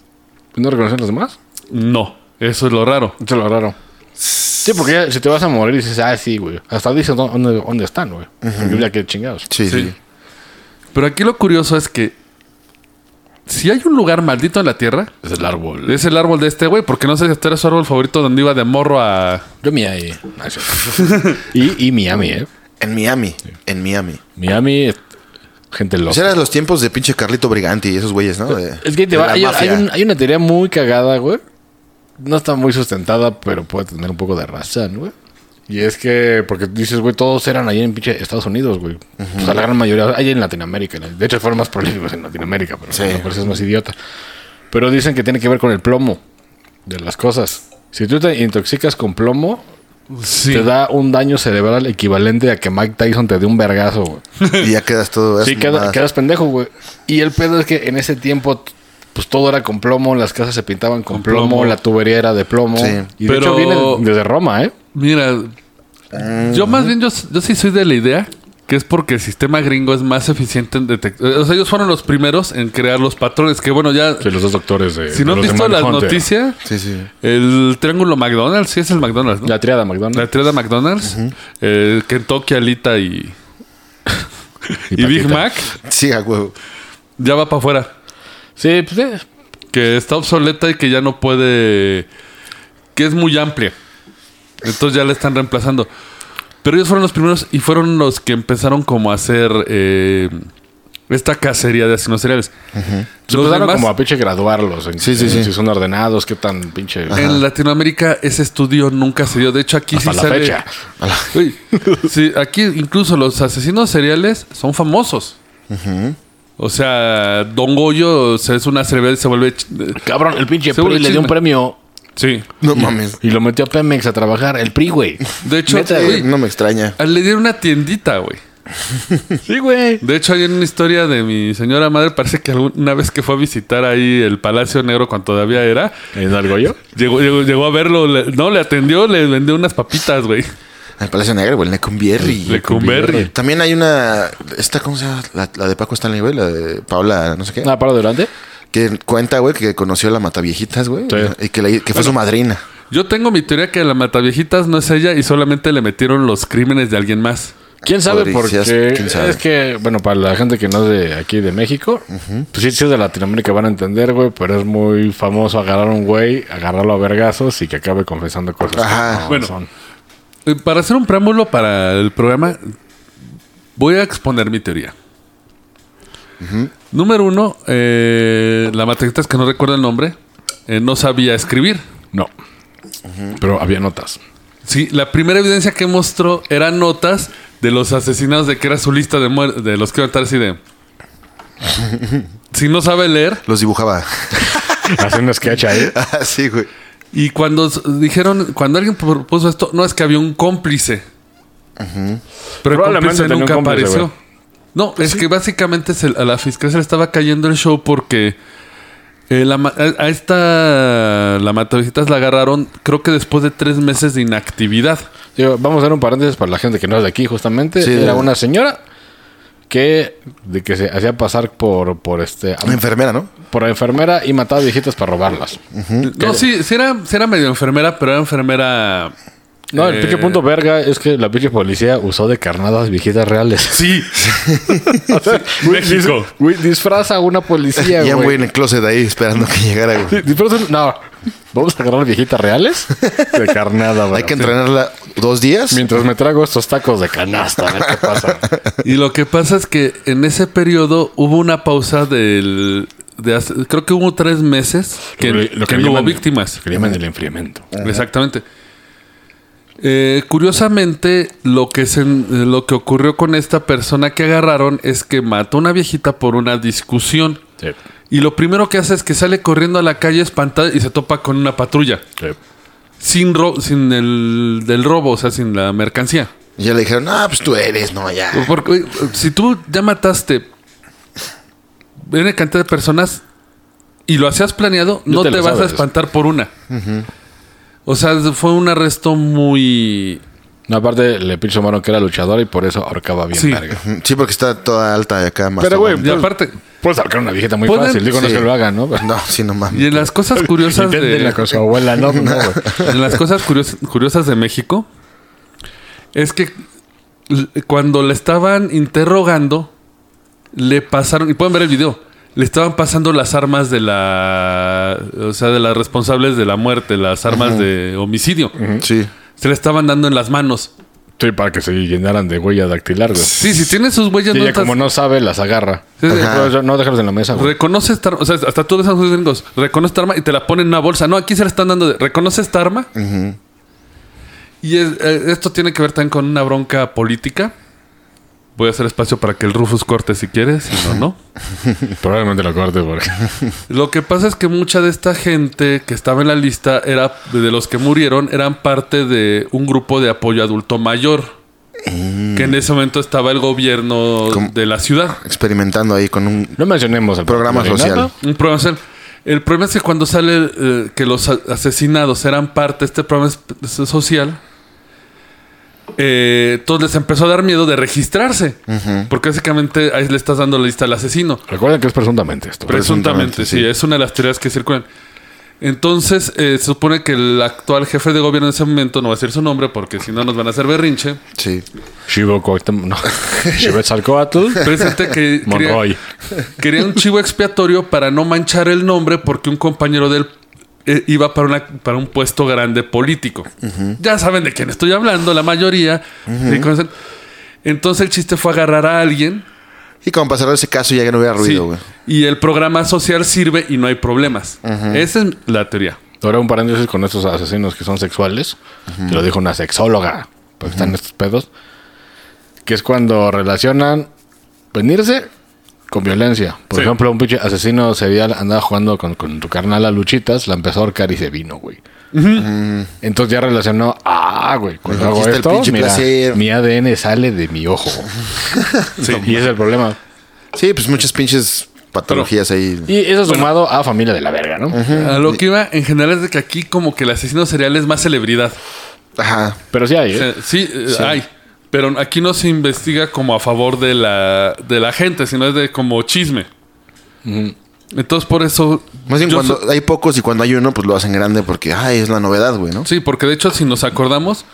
Speaker 3: ¿No reconocen los demás?
Speaker 2: No, eso es lo raro.
Speaker 3: Eso es lo raro. Sí, porque ya, si te vas a morir dices, ah, sí, güey. Hasta dices dó- dónde, dónde están, güey. Porque Ya que chingados.
Speaker 4: Sí, sí.
Speaker 2: Sí. Pero aquí lo curioso es que si hay un lugar maldito en la tierra,
Speaker 3: Es el árbol.
Speaker 2: es el árbol de este güey, porque no sé si este era su árbol favorito donde iba de morro a.
Speaker 3: Yo Miami. Ah, sí. y, y Miami, ¿eh?
Speaker 4: En Miami. En Miami.
Speaker 3: Miami, es- gente loca.
Speaker 4: Pues eran los tiempos de pinche Carlito Briganti y esos güeyes, ¿no? De-
Speaker 3: Es que te
Speaker 4: de
Speaker 3: va,
Speaker 4: la
Speaker 3: hay,
Speaker 4: mafia.
Speaker 3: hay un- hay una teoría muy cagada, güey. No está muy sustentada, pero puede tener un poco de razón, güey. Y es que, porque dices, güey, todos eran allí en pinche Estados Unidos, güey. O sea, la gran mayoría, allá en Latinoamérica. ¿no? De hecho, fueron más prolíficos en Latinoamérica, pero
Speaker 4: Sí.
Speaker 3: no, por eso es más idiota. Pero dicen que tiene que ver con el plomo de las cosas. Si tú te intoxicas con plomo,
Speaker 2: Sí.
Speaker 3: te da un daño cerebral equivalente a que Mike Tyson te dé un vergazo, güey.
Speaker 4: Y ya quedas todo.
Speaker 3: Sí,
Speaker 4: esas
Speaker 3: queda-
Speaker 4: mamadas.
Speaker 3: quedas pendejo, güey. Y el pedo es que en ese tiempo, t- pues todo era con plomo, las casas se pintaban con,
Speaker 2: Con
Speaker 3: plomo,
Speaker 2: plomo.
Speaker 3: la tubería era de plomo.
Speaker 4: Sí.
Speaker 3: Y de
Speaker 2: Pero-
Speaker 3: hecho viene desde Roma, ¿eh?
Speaker 2: Mira, yo más bien, yo, yo sí soy de la idea que es porque el sistema gringo es más eficiente en detectar. O sea, ellos fueron los primeros en crear los patrones, que bueno, ya.
Speaker 3: Sí, los dos doctores de.
Speaker 2: si no han
Speaker 3: de eh. los de
Speaker 2: visto las
Speaker 3: Manhunter.
Speaker 2: noticias,
Speaker 4: Sí, sí.
Speaker 2: el triángulo McDonald's, sí es el McDonald's, ¿no?
Speaker 3: La triada McDonald's.
Speaker 2: La triada McDonald's, eh, Kentucky, Alita y, y, Big
Speaker 3: Paquita.
Speaker 2: Mac,
Speaker 4: Sí, a huevo.
Speaker 2: ya va para afuera.
Speaker 3: Sí, pues eh,
Speaker 2: que está obsoleta y que ya no puede. que es muy amplia. Entonces ya la están reemplazando. Pero ellos fueron los primeros y fueron los que empezaron como a hacer eh, esta cacería de asesinos seriales.
Speaker 3: Se
Speaker 2: Los
Speaker 3: empezaron
Speaker 2: demás-
Speaker 3: como a pinche graduarlos. En,
Speaker 4: Sí, sí,
Speaker 3: en
Speaker 4: sí.
Speaker 3: Si son ordenados, qué tan pinche.
Speaker 2: En Latinoamérica ese estudio nunca se dio. De hecho, aquí
Speaker 3: Hasta
Speaker 2: sí
Speaker 3: la
Speaker 2: sale-
Speaker 3: fecha.
Speaker 2: Uy, sí, aquí incluso los asesinos seriales son famosos. O sea, Don Goyo o sea, es una celebridad y se vuelve... ch-
Speaker 3: Cabrón, el pinche
Speaker 2: Seguro
Speaker 3: PRI
Speaker 2: el
Speaker 3: le dio un
Speaker 2: chisme.
Speaker 3: premio
Speaker 2: Sí.
Speaker 4: No mames.
Speaker 3: y lo metió a Pemex a trabajar. El PRI, güey.
Speaker 2: De hecho,
Speaker 3: Neta,
Speaker 2: güey,
Speaker 4: Eh, no me extraña.
Speaker 2: le dieron una tiendita, güey.
Speaker 3: Sí, güey.
Speaker 2: De hecho, hay una historia de mi señora madre. Parece que alguna vez que fue a visitar ahí el Palacio Negro cuando todavía era,
Speaker 3: ¿En algo yo?
Speaker 2: llegó, llegó, llegó a verlo. le- no, le atendió, le vendió unas papitas, güey.
Speaker 4: El Palacio Negro, güey, el Necumberry.
Speaker 2: Le cumberri.
Speaker 4: También hay una. Esta, ¿cómo se llama? La, la de Paco Stanley, güey. La de Paula, no sé qué.
Speaker 3: Nada, Ah, para durante.
Speaker 4: Que cuenta, güey, que conoció a la Mataviejitas, güey.
Speaker 3: Sí.
Speaker 4: Y que, le- que fue su madrina.
Speaker 2: Yo tengo mi teoría que la Mataviejitas no es ella y solamente le metieron los crímenes de alguien más.
Speaker 3: ¿Quién sabe?
Speaker 4: Podría-
Speaker 3: Porque
Speaker 4: quién sabe.
Speaker 3: es que, bueno, para la gente que no es de aquí de México, pues sí, sí es de Latinoamérica, van a entender, güey, pero es muy famoso agarrar a un güey, agarrarlo a vergazos y que acabe confesando cosas. que
Speaker 4: Ajá.
Speaker 3: no
Speaker 2: Bueno.
Speaker 3: son.
Speaker 2: Eh, Para hacer un preámbulo para el programa, voy a exponer mi teoría. Número uno, eh, la Mataviejitas que no recuerdo el nombre, eh, no sabía escribir.
Speaker 3: No. Pero había notas.
Speaker 2: Sí, la primera evidencia que mostró eran notas de los asesinados de que era su lista de muer- de los que iban a estar así de. Si no sabe leer.
Speaker 4: Los dibujaba.
Speaker 3: Hacen un sketch ahí.
Speaker 4: Ah, sí, güey.
Speaker 2: Y cuando s- dijeron, cuando alguien propuso esto, no es que había un cómplice. Pero el
Speaker 3: Probablemente
Speaker 2: cómplice
Speaker 3: tenía un
Speaker 2: nunca
Speaker 3: cómplice,
Speaker 2: apareció.
Speaker 3: güey.
Speaker 2: No, es que básicamente se- a la fiscalía se le estaba cayendo el show porque eh, la ma- a, a esta la matavisitas la agarraron, creo que después de tres meses de inactividad.
Speaker 3: Digo, vamos a hacer un paréntesis para la gente que no es de aquí, justamente.
Speaker 4: Sí,
Speaker 3: Era
Speaker 4: de-
Speaker 3: una señora que, de que se hacía pasar por, por este
Speaker 4: Una enfermera, ¿no?
Speaker 3: por enfermera y mataba viejitas para robarlas.
Speaker 2: No, sí, sí era, sí era medio enfermera, pero era enfermera.
Speaker 3: No, el
Speaker 2: eh,
Speaker 3: pinche punto verga es que la pinche policía usó de carnadas viejitas reales.
Speaker 2: Sí.
Speaker 3: Güey, dis-
Speaker 2: México.
Speaker 3: güey, disfraza a una policía,
Speaker 4: Ya un güey
Speaker 3: güey.
Speaker 4: en el closet ahí esperando que llegara, güey.
Speaker 3: Disfraza un- No, vamos a agarrar viejitas reales de carnada, güey.
Speaker 4: Hay que entrenarla dos días.
Speaker 3: Mientras me trago estos tacos de canasta, a ver qué pasa.
Speaker 2: Y lo que pasa es que en ese periodo hubo una pausa del. de hace- creo que hubo tres meses que, que no hubo
Speaker 3: llaman-
Speaker 2: víctimas.
Speaker 3: Lo que llaman el enfriamiento.
Speaker 4: Ah.
Speaker 2: Exactamente. Eh, curiosamente, lo que, se, eh, lo que ocurrió con esta persona que agarraron es que mató a una viejita por una discusión.
Speaker 3: Sí,
Speaker 2: Y lo primero que hace es que sale corriendo a la calle espantada y se topa con una patrulla.
Speaker 3: sí.
Speaker 2: Sin, ro- sin el del robo, o sea, sin la mercancía.
Speaker 4: Y ya le dijeron, ah, pues tú eres, no, ya.
Speaker 2: Porque oye, si tú ya mataste una cantidad de personas y lo hacías planeado,
Speaker 3: Ya
Speaker 2: no
Speaker 3: te
Speaker 2: te,
Speaker 3: la
Speaker 2: vas
Speaker 3: sabes.
Speaker 2: a espantar por una. O sea, fue un arresto muy...
Speaker 3: No, aparte le pinche mano que era luchador y por eso ahorcaba bien
Speaker 2: Sí.
Speaker 3: verga.
Speaker 4: Sí, porque está toda alta acá más.
Speaker 3: pues- Pero, güey,
Speaker 2: Y aparte,
Speaker 3: Puedes ahorcar una viejita muy
Speaker 2: Pueden-
Speaker 3: fácil. Digo, no es
Speaker 4: sí.
Speaker 3: que lo hagan, ¿no?
Speaker 4: No, sí, no mames.
Speaker 2: y en las cosas curiosas
Speaker 3: Inténtenla
Speaker 2: de...
Speaker 3: con su abuela, no, no, güey.
Speaker 2: En las cosas curios- curiosas de México, es que l- cuando le estaban interrogando, le pasaron, y pueden ver el video, le estaban pasando las armas de la, o sea, de las responsables de la muerte, las armas de homicidio.
Speaker 4: Sí.
Speaker 2: Se le estaban dando en las manos.
Speaker 3: Sí, para que se llenaran de huella dactilar, güey.
Speaker 2: Sí, si tiene sus huellas,
Speaker 3: Y
Speaker 2: no
Speaker 3: ella,
Speaker 2: estás-
Speaker 3: como no sabe, las agarra.
Speaker 2: Sí, sí.
Speaker 4: Ajá.
Speaker 3: Pero no dejarlas en la mesa, güey.
Speaker 2: Reconoce esta arma, o sea, hasta tú ves a los gringos, reconoce esta arma y te la ponen en una bolsa. No, aquí se la están dando de, reconoce esta arma. Y es- eh, esto tiene que ver también con una bronca política. Voy a hacer espacio para que el Rufus corte si quieres, si no, no.
Speaker 3: Probablemente lo corte, porque.
Speaker 2: Lo que pasa es que mucha de esta gente que estaba en la lista era de los que murieron eran parte de un grupo de apoyo adulto mayor. Que en ese momento estaba el gobierno
Speaker 4: ¿Cómo?
Speaker 2: de la ciudad.
Speaker 4: Experimentando ahí con un.
Speaker 3: No mencionemos el
Speaker 4: Programa social.
Speaker 2: Un problema es el, el problema es que cuando sale eh, que los a- asesinados eran parte de este programa es- es social, eh, todos les empezó a dar miedo de registrarse. Porque básicamente ahí le estás dando la lista al asesino.
Speaker 3: Recuerden que es presuntamente esto.
Speaker 2: Presuntamente,
Speaker 4: Presuntamente,
Speaker 2: sí.
Speaker 4: sí.
Speaker 2: Es una de las teorías que circulan. Entonces, eh, se supone que el actual jefe de gobierno en ese momento, no va a decir su nombre porque si no nos van a hacer berrinche,
Speaker 4: Sí.
Speaker 3: Chivo Coatem- no. Chivetzalcóatl.
Speaker 2: presente que
Speaker 3: Monroy.
Speaker 2: quería, quería un chivo expiatorio para no manchar el nombre porque un compañero de él eh, iba para, una, para un puesto grande político. Ya saben de quién estoy hablando, la mayoría. Sí, conocen. Entonces el chiste fue agarrar a alguien
Speaker 4: Y como para cerrar ese caso ya que no hubiera ruido,
Speaker 2: sí,
Speaker 4: güey.
Speaker 2: y el programa social sirve y no hay problemas. Esa es la teoría.
Speaker 3: Ahora un paréntesis con estos asesinos que son sexuales. Te lo dijo una sexóloga. Pues están estos pedos. Que es cuando relacionan venirse con violencia. Por
Speaker 2: Sí.
Speaker 3: ejemplo, un pinche asesino serial andaba jugando con, con tu carnal a luchitas, la empezó a ahorcar y se vino, güey. Entonces ya relacionó, ah, güey, cuando
Speaker 4: Aquí
Speaker 3: hago
Speaker 4: está el
Speaker 3: esto,
Speaker 4: pinche
Speaker 3: mira,
Speaker 4: placer.
Speaker 3: mi ADN sale de mi ojo.
Speaker 2: Sí.
Speaker 3: Y ese es el problema.
Speaker 4: Sí, pues muchas pinches patologías ahí.
Speaker 3: Y eso sumado a familia de la verga, ¿no?
Speaker 2: A lo que iba en general es de que aquí como que el asesino serial es más celebridad.
Speaker 4: Ajá.
Speaker 3: Pero sí hay,
Speaker 2: O sea,
Speaker 3: ¿eh?
Speaker 2: sí, eh, hay. Pero aquí no se investiga como a favor de la, de la gente, sino es de como chisme. Entonces por eso...
Speaker 4: Más bien
Speaker 2: yo
Speaker 4: cuando
Speaker 2: so-
Speaker 4: hay pocos y cuando hay uno, pues lo hacen grande porque, ay, es la novedad, güey, ¿no?
Speaker 2: sí, porque de hecho si nos acordamos,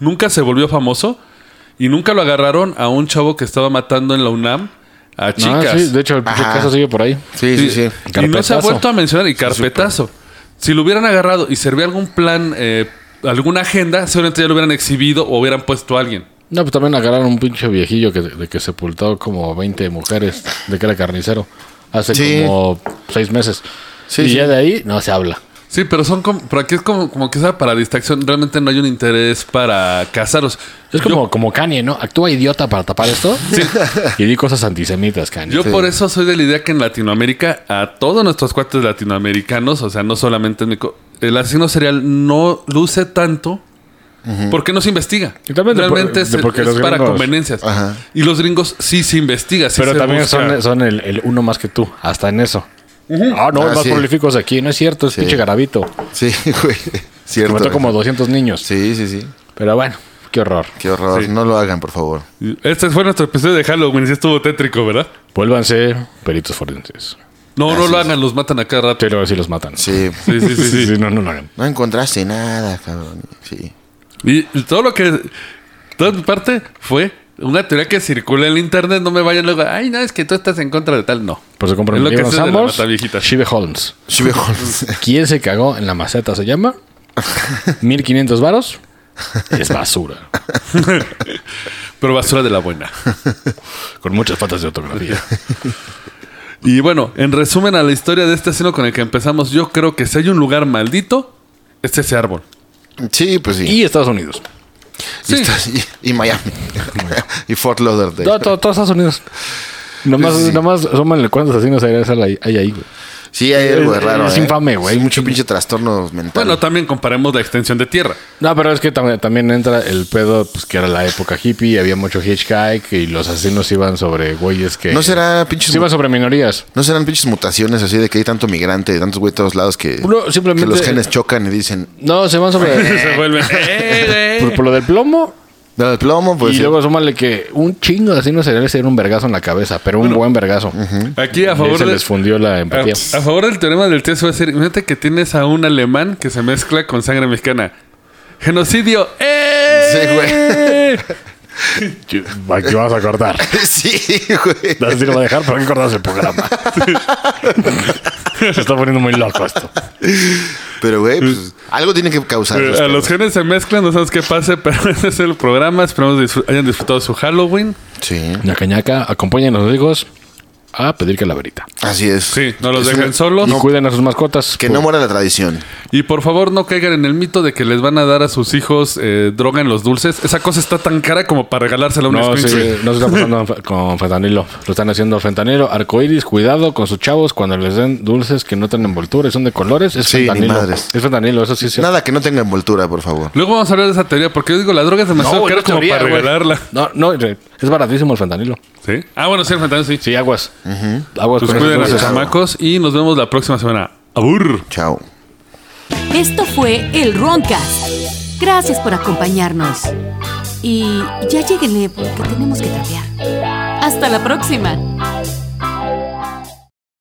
Speaker 2: nunca se volvió famoso y nunca lo agarraron a un chavo que estaba matando en la UNAM a
Speaker 3: No,
Speaker 2: chicas.
Speaker 3: Ah, sí, de hecho, el pinche
Speaker 4: Ajá.
Speaker 3: caso sigue por ahí.
Speaker 4: Sí, sí, sí.
Speaker 2: Y no se ha
Speaker 3: Carpetazo.
Speaker 2: vuelto a mencionar. Y carpetazo. Si lo hubieran agarrado y servía algún plan, eh, alguna agenda, seguramente ya lo hubieran exhibido o hubieran puesto a alguien.
Speaker 3: No, pues también agarraron un pinche viejillo que, de que sepultó como 20 mujeres de que era carnicero. Hace
Speaker 4: Sí.
Speaker 3: como 6 meses.
Speaker 4: Sí,
Speaker 3: y
Speaker 4: sí.
Speaker 3: ya de ahí no se habla.
Speaker 2: Sí, pero son como, pero aquí es como, como que sea para distracción. Realmente no hay un interés para casaros.
Speaker 3: Es como, como Kanye, ¿no? Actúa idiota para tapar esto. Y di cosas antisemitas, Kanye.
Speaker 2: Yo por eso soy de la idea que en Latinoamérica, a todos nuestros cuates latinoamericanos, o sea, no solamente en México, el asesino serial no luce tanto porque no se investiga.
Speaker 3: Y también de por-
Speaker 2: Realmente
Speaker 3: de
Speaker 2: es,
Speaker 3: porque
Speaker 2: es
Speaker 3: los
Speaker 2: para
Speaker 3: gringos-
Speaker 2: conveniencias.
Speaker 4: Ajá.
Speaker 2: Y los gringos sí se investiga. sí
Speaker 3: Pero
Speaker 2: se
Speaker 4: pues,
Speaker 3: también
Speaker 2: busca.
Speaker 3: son, son el, el uno más que tú, hasta en eso. Ah, no,
Speaker 4: Ah,
Speaker 3: el más
Speaker 4: sí.
Speaker 3: prolífico es aquí. No es cierto, es pinche garabito.
Speaker 4: Sí, güey.
Speaker 3: Que
Speaker 4: Cierto.
Speaker 3: mató
Speaker 4: güey.
Speaker 3: como 200 niños.
Speaker 4: Sí, sí, sí.
Speaker 3: Pero bueno, qué horror.
Speaker 4: Qué horror.
Speaker 2: Sí.
Speaker 4: No lo hagan, por favor.
Speaker 2: Este fue nuestro episodio de Halloween. Sí estuvo tétrico, ¿verdad?
Speaker 3: Vuélvanse peritos forenses.
Speaker 2: No, no lo hagan, los matan a cada rato.
Speaker 3: Pero si los matan.
Speaker 4: Sí.
Speaker 2: Sí, sí, sí. sí.
Speaker 3: no, no lo hagan.
Speaker 4: No encontraste nada, cabrón. Sí.
Speaker 2: Y todo lo que. Toda mi parte fue una teoría que circula en el internet. No me vayan luego. Ay, no, es que tú estás en contra de tal. No.
Speaker 3: Pues se
Speaker 2: Es
Speaker 3: compran un
Speaker 2: lo que
Speaker 3: libro
Speaker 2: hace de la
Speaker 3: Sambors,
Speaker 2: Mataviejita.
Speaker 3: Shive Holmes.
Speaker 4: Sí, mejor. Sí,
Speaker 3: ¿Quién se cagó en la maceta se llama? 1500 varos. Es basura.
Speaker 2: Pero basura de la buena.
Speaker 3: Con muchas faltas de ortografía.
Speaker 2: Y bueno, en resumen a la historia de este asesino con el que empezamos, yo creo que si hay un lugar maldito, es ese árbol.
Speaker 4: pues sí.
Speaker 3: Y Estados Unidos.
Speaker 4: Y, estás- y- y Miami. y Fort Lauderdale.
Speaker 3: Todo, todo- todo Estados Unidos. Nomás,
Speaker 4: Sí, sí.
Speaker 3: nomás súmale cuántos asesinos seriales hay hay ahí. güey.
Speaker 4: Sí, hay algo de
Speaker 3: Es-
Speaker 4: raro.
Speaker 3: es
Speaker 4: ¿eh?
Speaker 3: infame, güey.
Speaker 4: Sí, mucho pinche trastorno mental.
Speaker 2: Bueno, también comparemos la extensión de tierra.
Speaker 3: No, pero es que tam- también entra el pedo, pues que era la época hippie, había mucho hitchhike y los asesinos iban sobre güeyes que...
Speaker 4: ¿No será pinches
Speaker 3: Sí, iban sobre minorías.
Speaker 4: ¿No serán pinches mutaciones así de que hay tanto migrante de tantos güey de todos lados que,
Speaker 3: No, simplemente-
Speaker 4: que los genes chocan y dicen,
Speaker 3: No, se van sobre...
Speaker 2: Se vuelve. ¡Eh,
Speaker 3: por,
Speaker 2: eh!
Speaker 3: por lo del plomo,
Speaker 4: no, el plomo, pues.
Speaker 3: y
Speaker 4: sí".
Speaker 3: luego súmale que un chingo de asesinos seriales se dieron un vergazo en la cabeza, pero un buen vergazo.
Speaker 2: Aquí a
Speaker 3: Ahí
Speaker 2: favor
Speaker 3: se
Speaker 2: de. Ah,
Speaker 3: les fundió la
Speaker 2: A,
Speaker 3: empatía.
Speaker 2: a favor del teorema del tío se va a decir, imagínate que tienes a un alemán que se mezcla con sangre mexicana. Genocidio. ¡Eh!
Speaker 3: Yo- Aquí vas a cortar.
Speaker 4: sí, güey.
Speaker 3: No sé si lo voy a dejar, pero hay que cortarse el programa. Se está poniendo muy loco esto.
Speaker 4: Pero, güey, pues, algo tiene que causar.
Speaker 2: Eh,
Speaker 4: esos
Speaker 2: a los
Speaker 4: pedos.
Speaker 2: genes se mezclan, no sabes qué pase, pero ese es el programa. Esperamos disfr- hayan disfrutado su Halloween.
Speaker 4: Sí,
Speaker 3: Ñaca ñaca, acompañen a los hijos a pedir calaverita.
Speaker 4: así es.
Speaker 2: Sí, no los
Speaker 4: Es
Speaker 2: dejen
Speaker 4: una-
Speaker 2: solos.
Speaker 3: Y cuiden a sus mascotas.
Speaker 4: Que no muera la tradición.
Speaker 2: Y por favor no caigan en el mito de que les van a dar a sus hijos eh, droga en los dulces. Esa cosa está tan cara como para regalársela a una
Speaker 3: No, sí,
Speaker 2: escuincle.
Speaker 3: no se está pasando fe- con fentanilo. Lo están haciendo fentanilo. Arcoiris, cuidado con sus chavos cuando les den dulces que no tienen envoltura y son de colores. Es
Speaker 4: Sí, ni
Speaker 3: fentanilo.
Speaker 4: madres.
Speaker 3: Es fentanilo, eso sí es cierto.
Speaker 4: Nada que no tenga envoltura, por favor.
Speaker 2: Luego vamos a hablar de esa teoría, porque yo digo, la droga es demasiado
Speaker 3: güey,
Speaker 2: cara como
Speaker 3: teoría,
Speaker 2: para
Speaker 3: güey.
Speaker 2: regalarla.
Speaker 3: No, no, es baratísimo el fentanilo.
Speaker 2: ¿Sí? Ah, bueno, sí, el fantasma, sí.
Speaker 3: Sí, aguas. Aguas
Speaker 2: Pues
Speaker 3: con esos
Speaker 2: cuiden a sus
Speaker 3: dulces.
Speaker 2: chamacos y nos vemos la próxima semana. ¡Abur!
Speaker 4: Chao.
Speaker 1: Esto fue el Roncast. Gracias por acompañarnos. Y ya lleguenle porque tenemos que trapear. Hasta la próxima.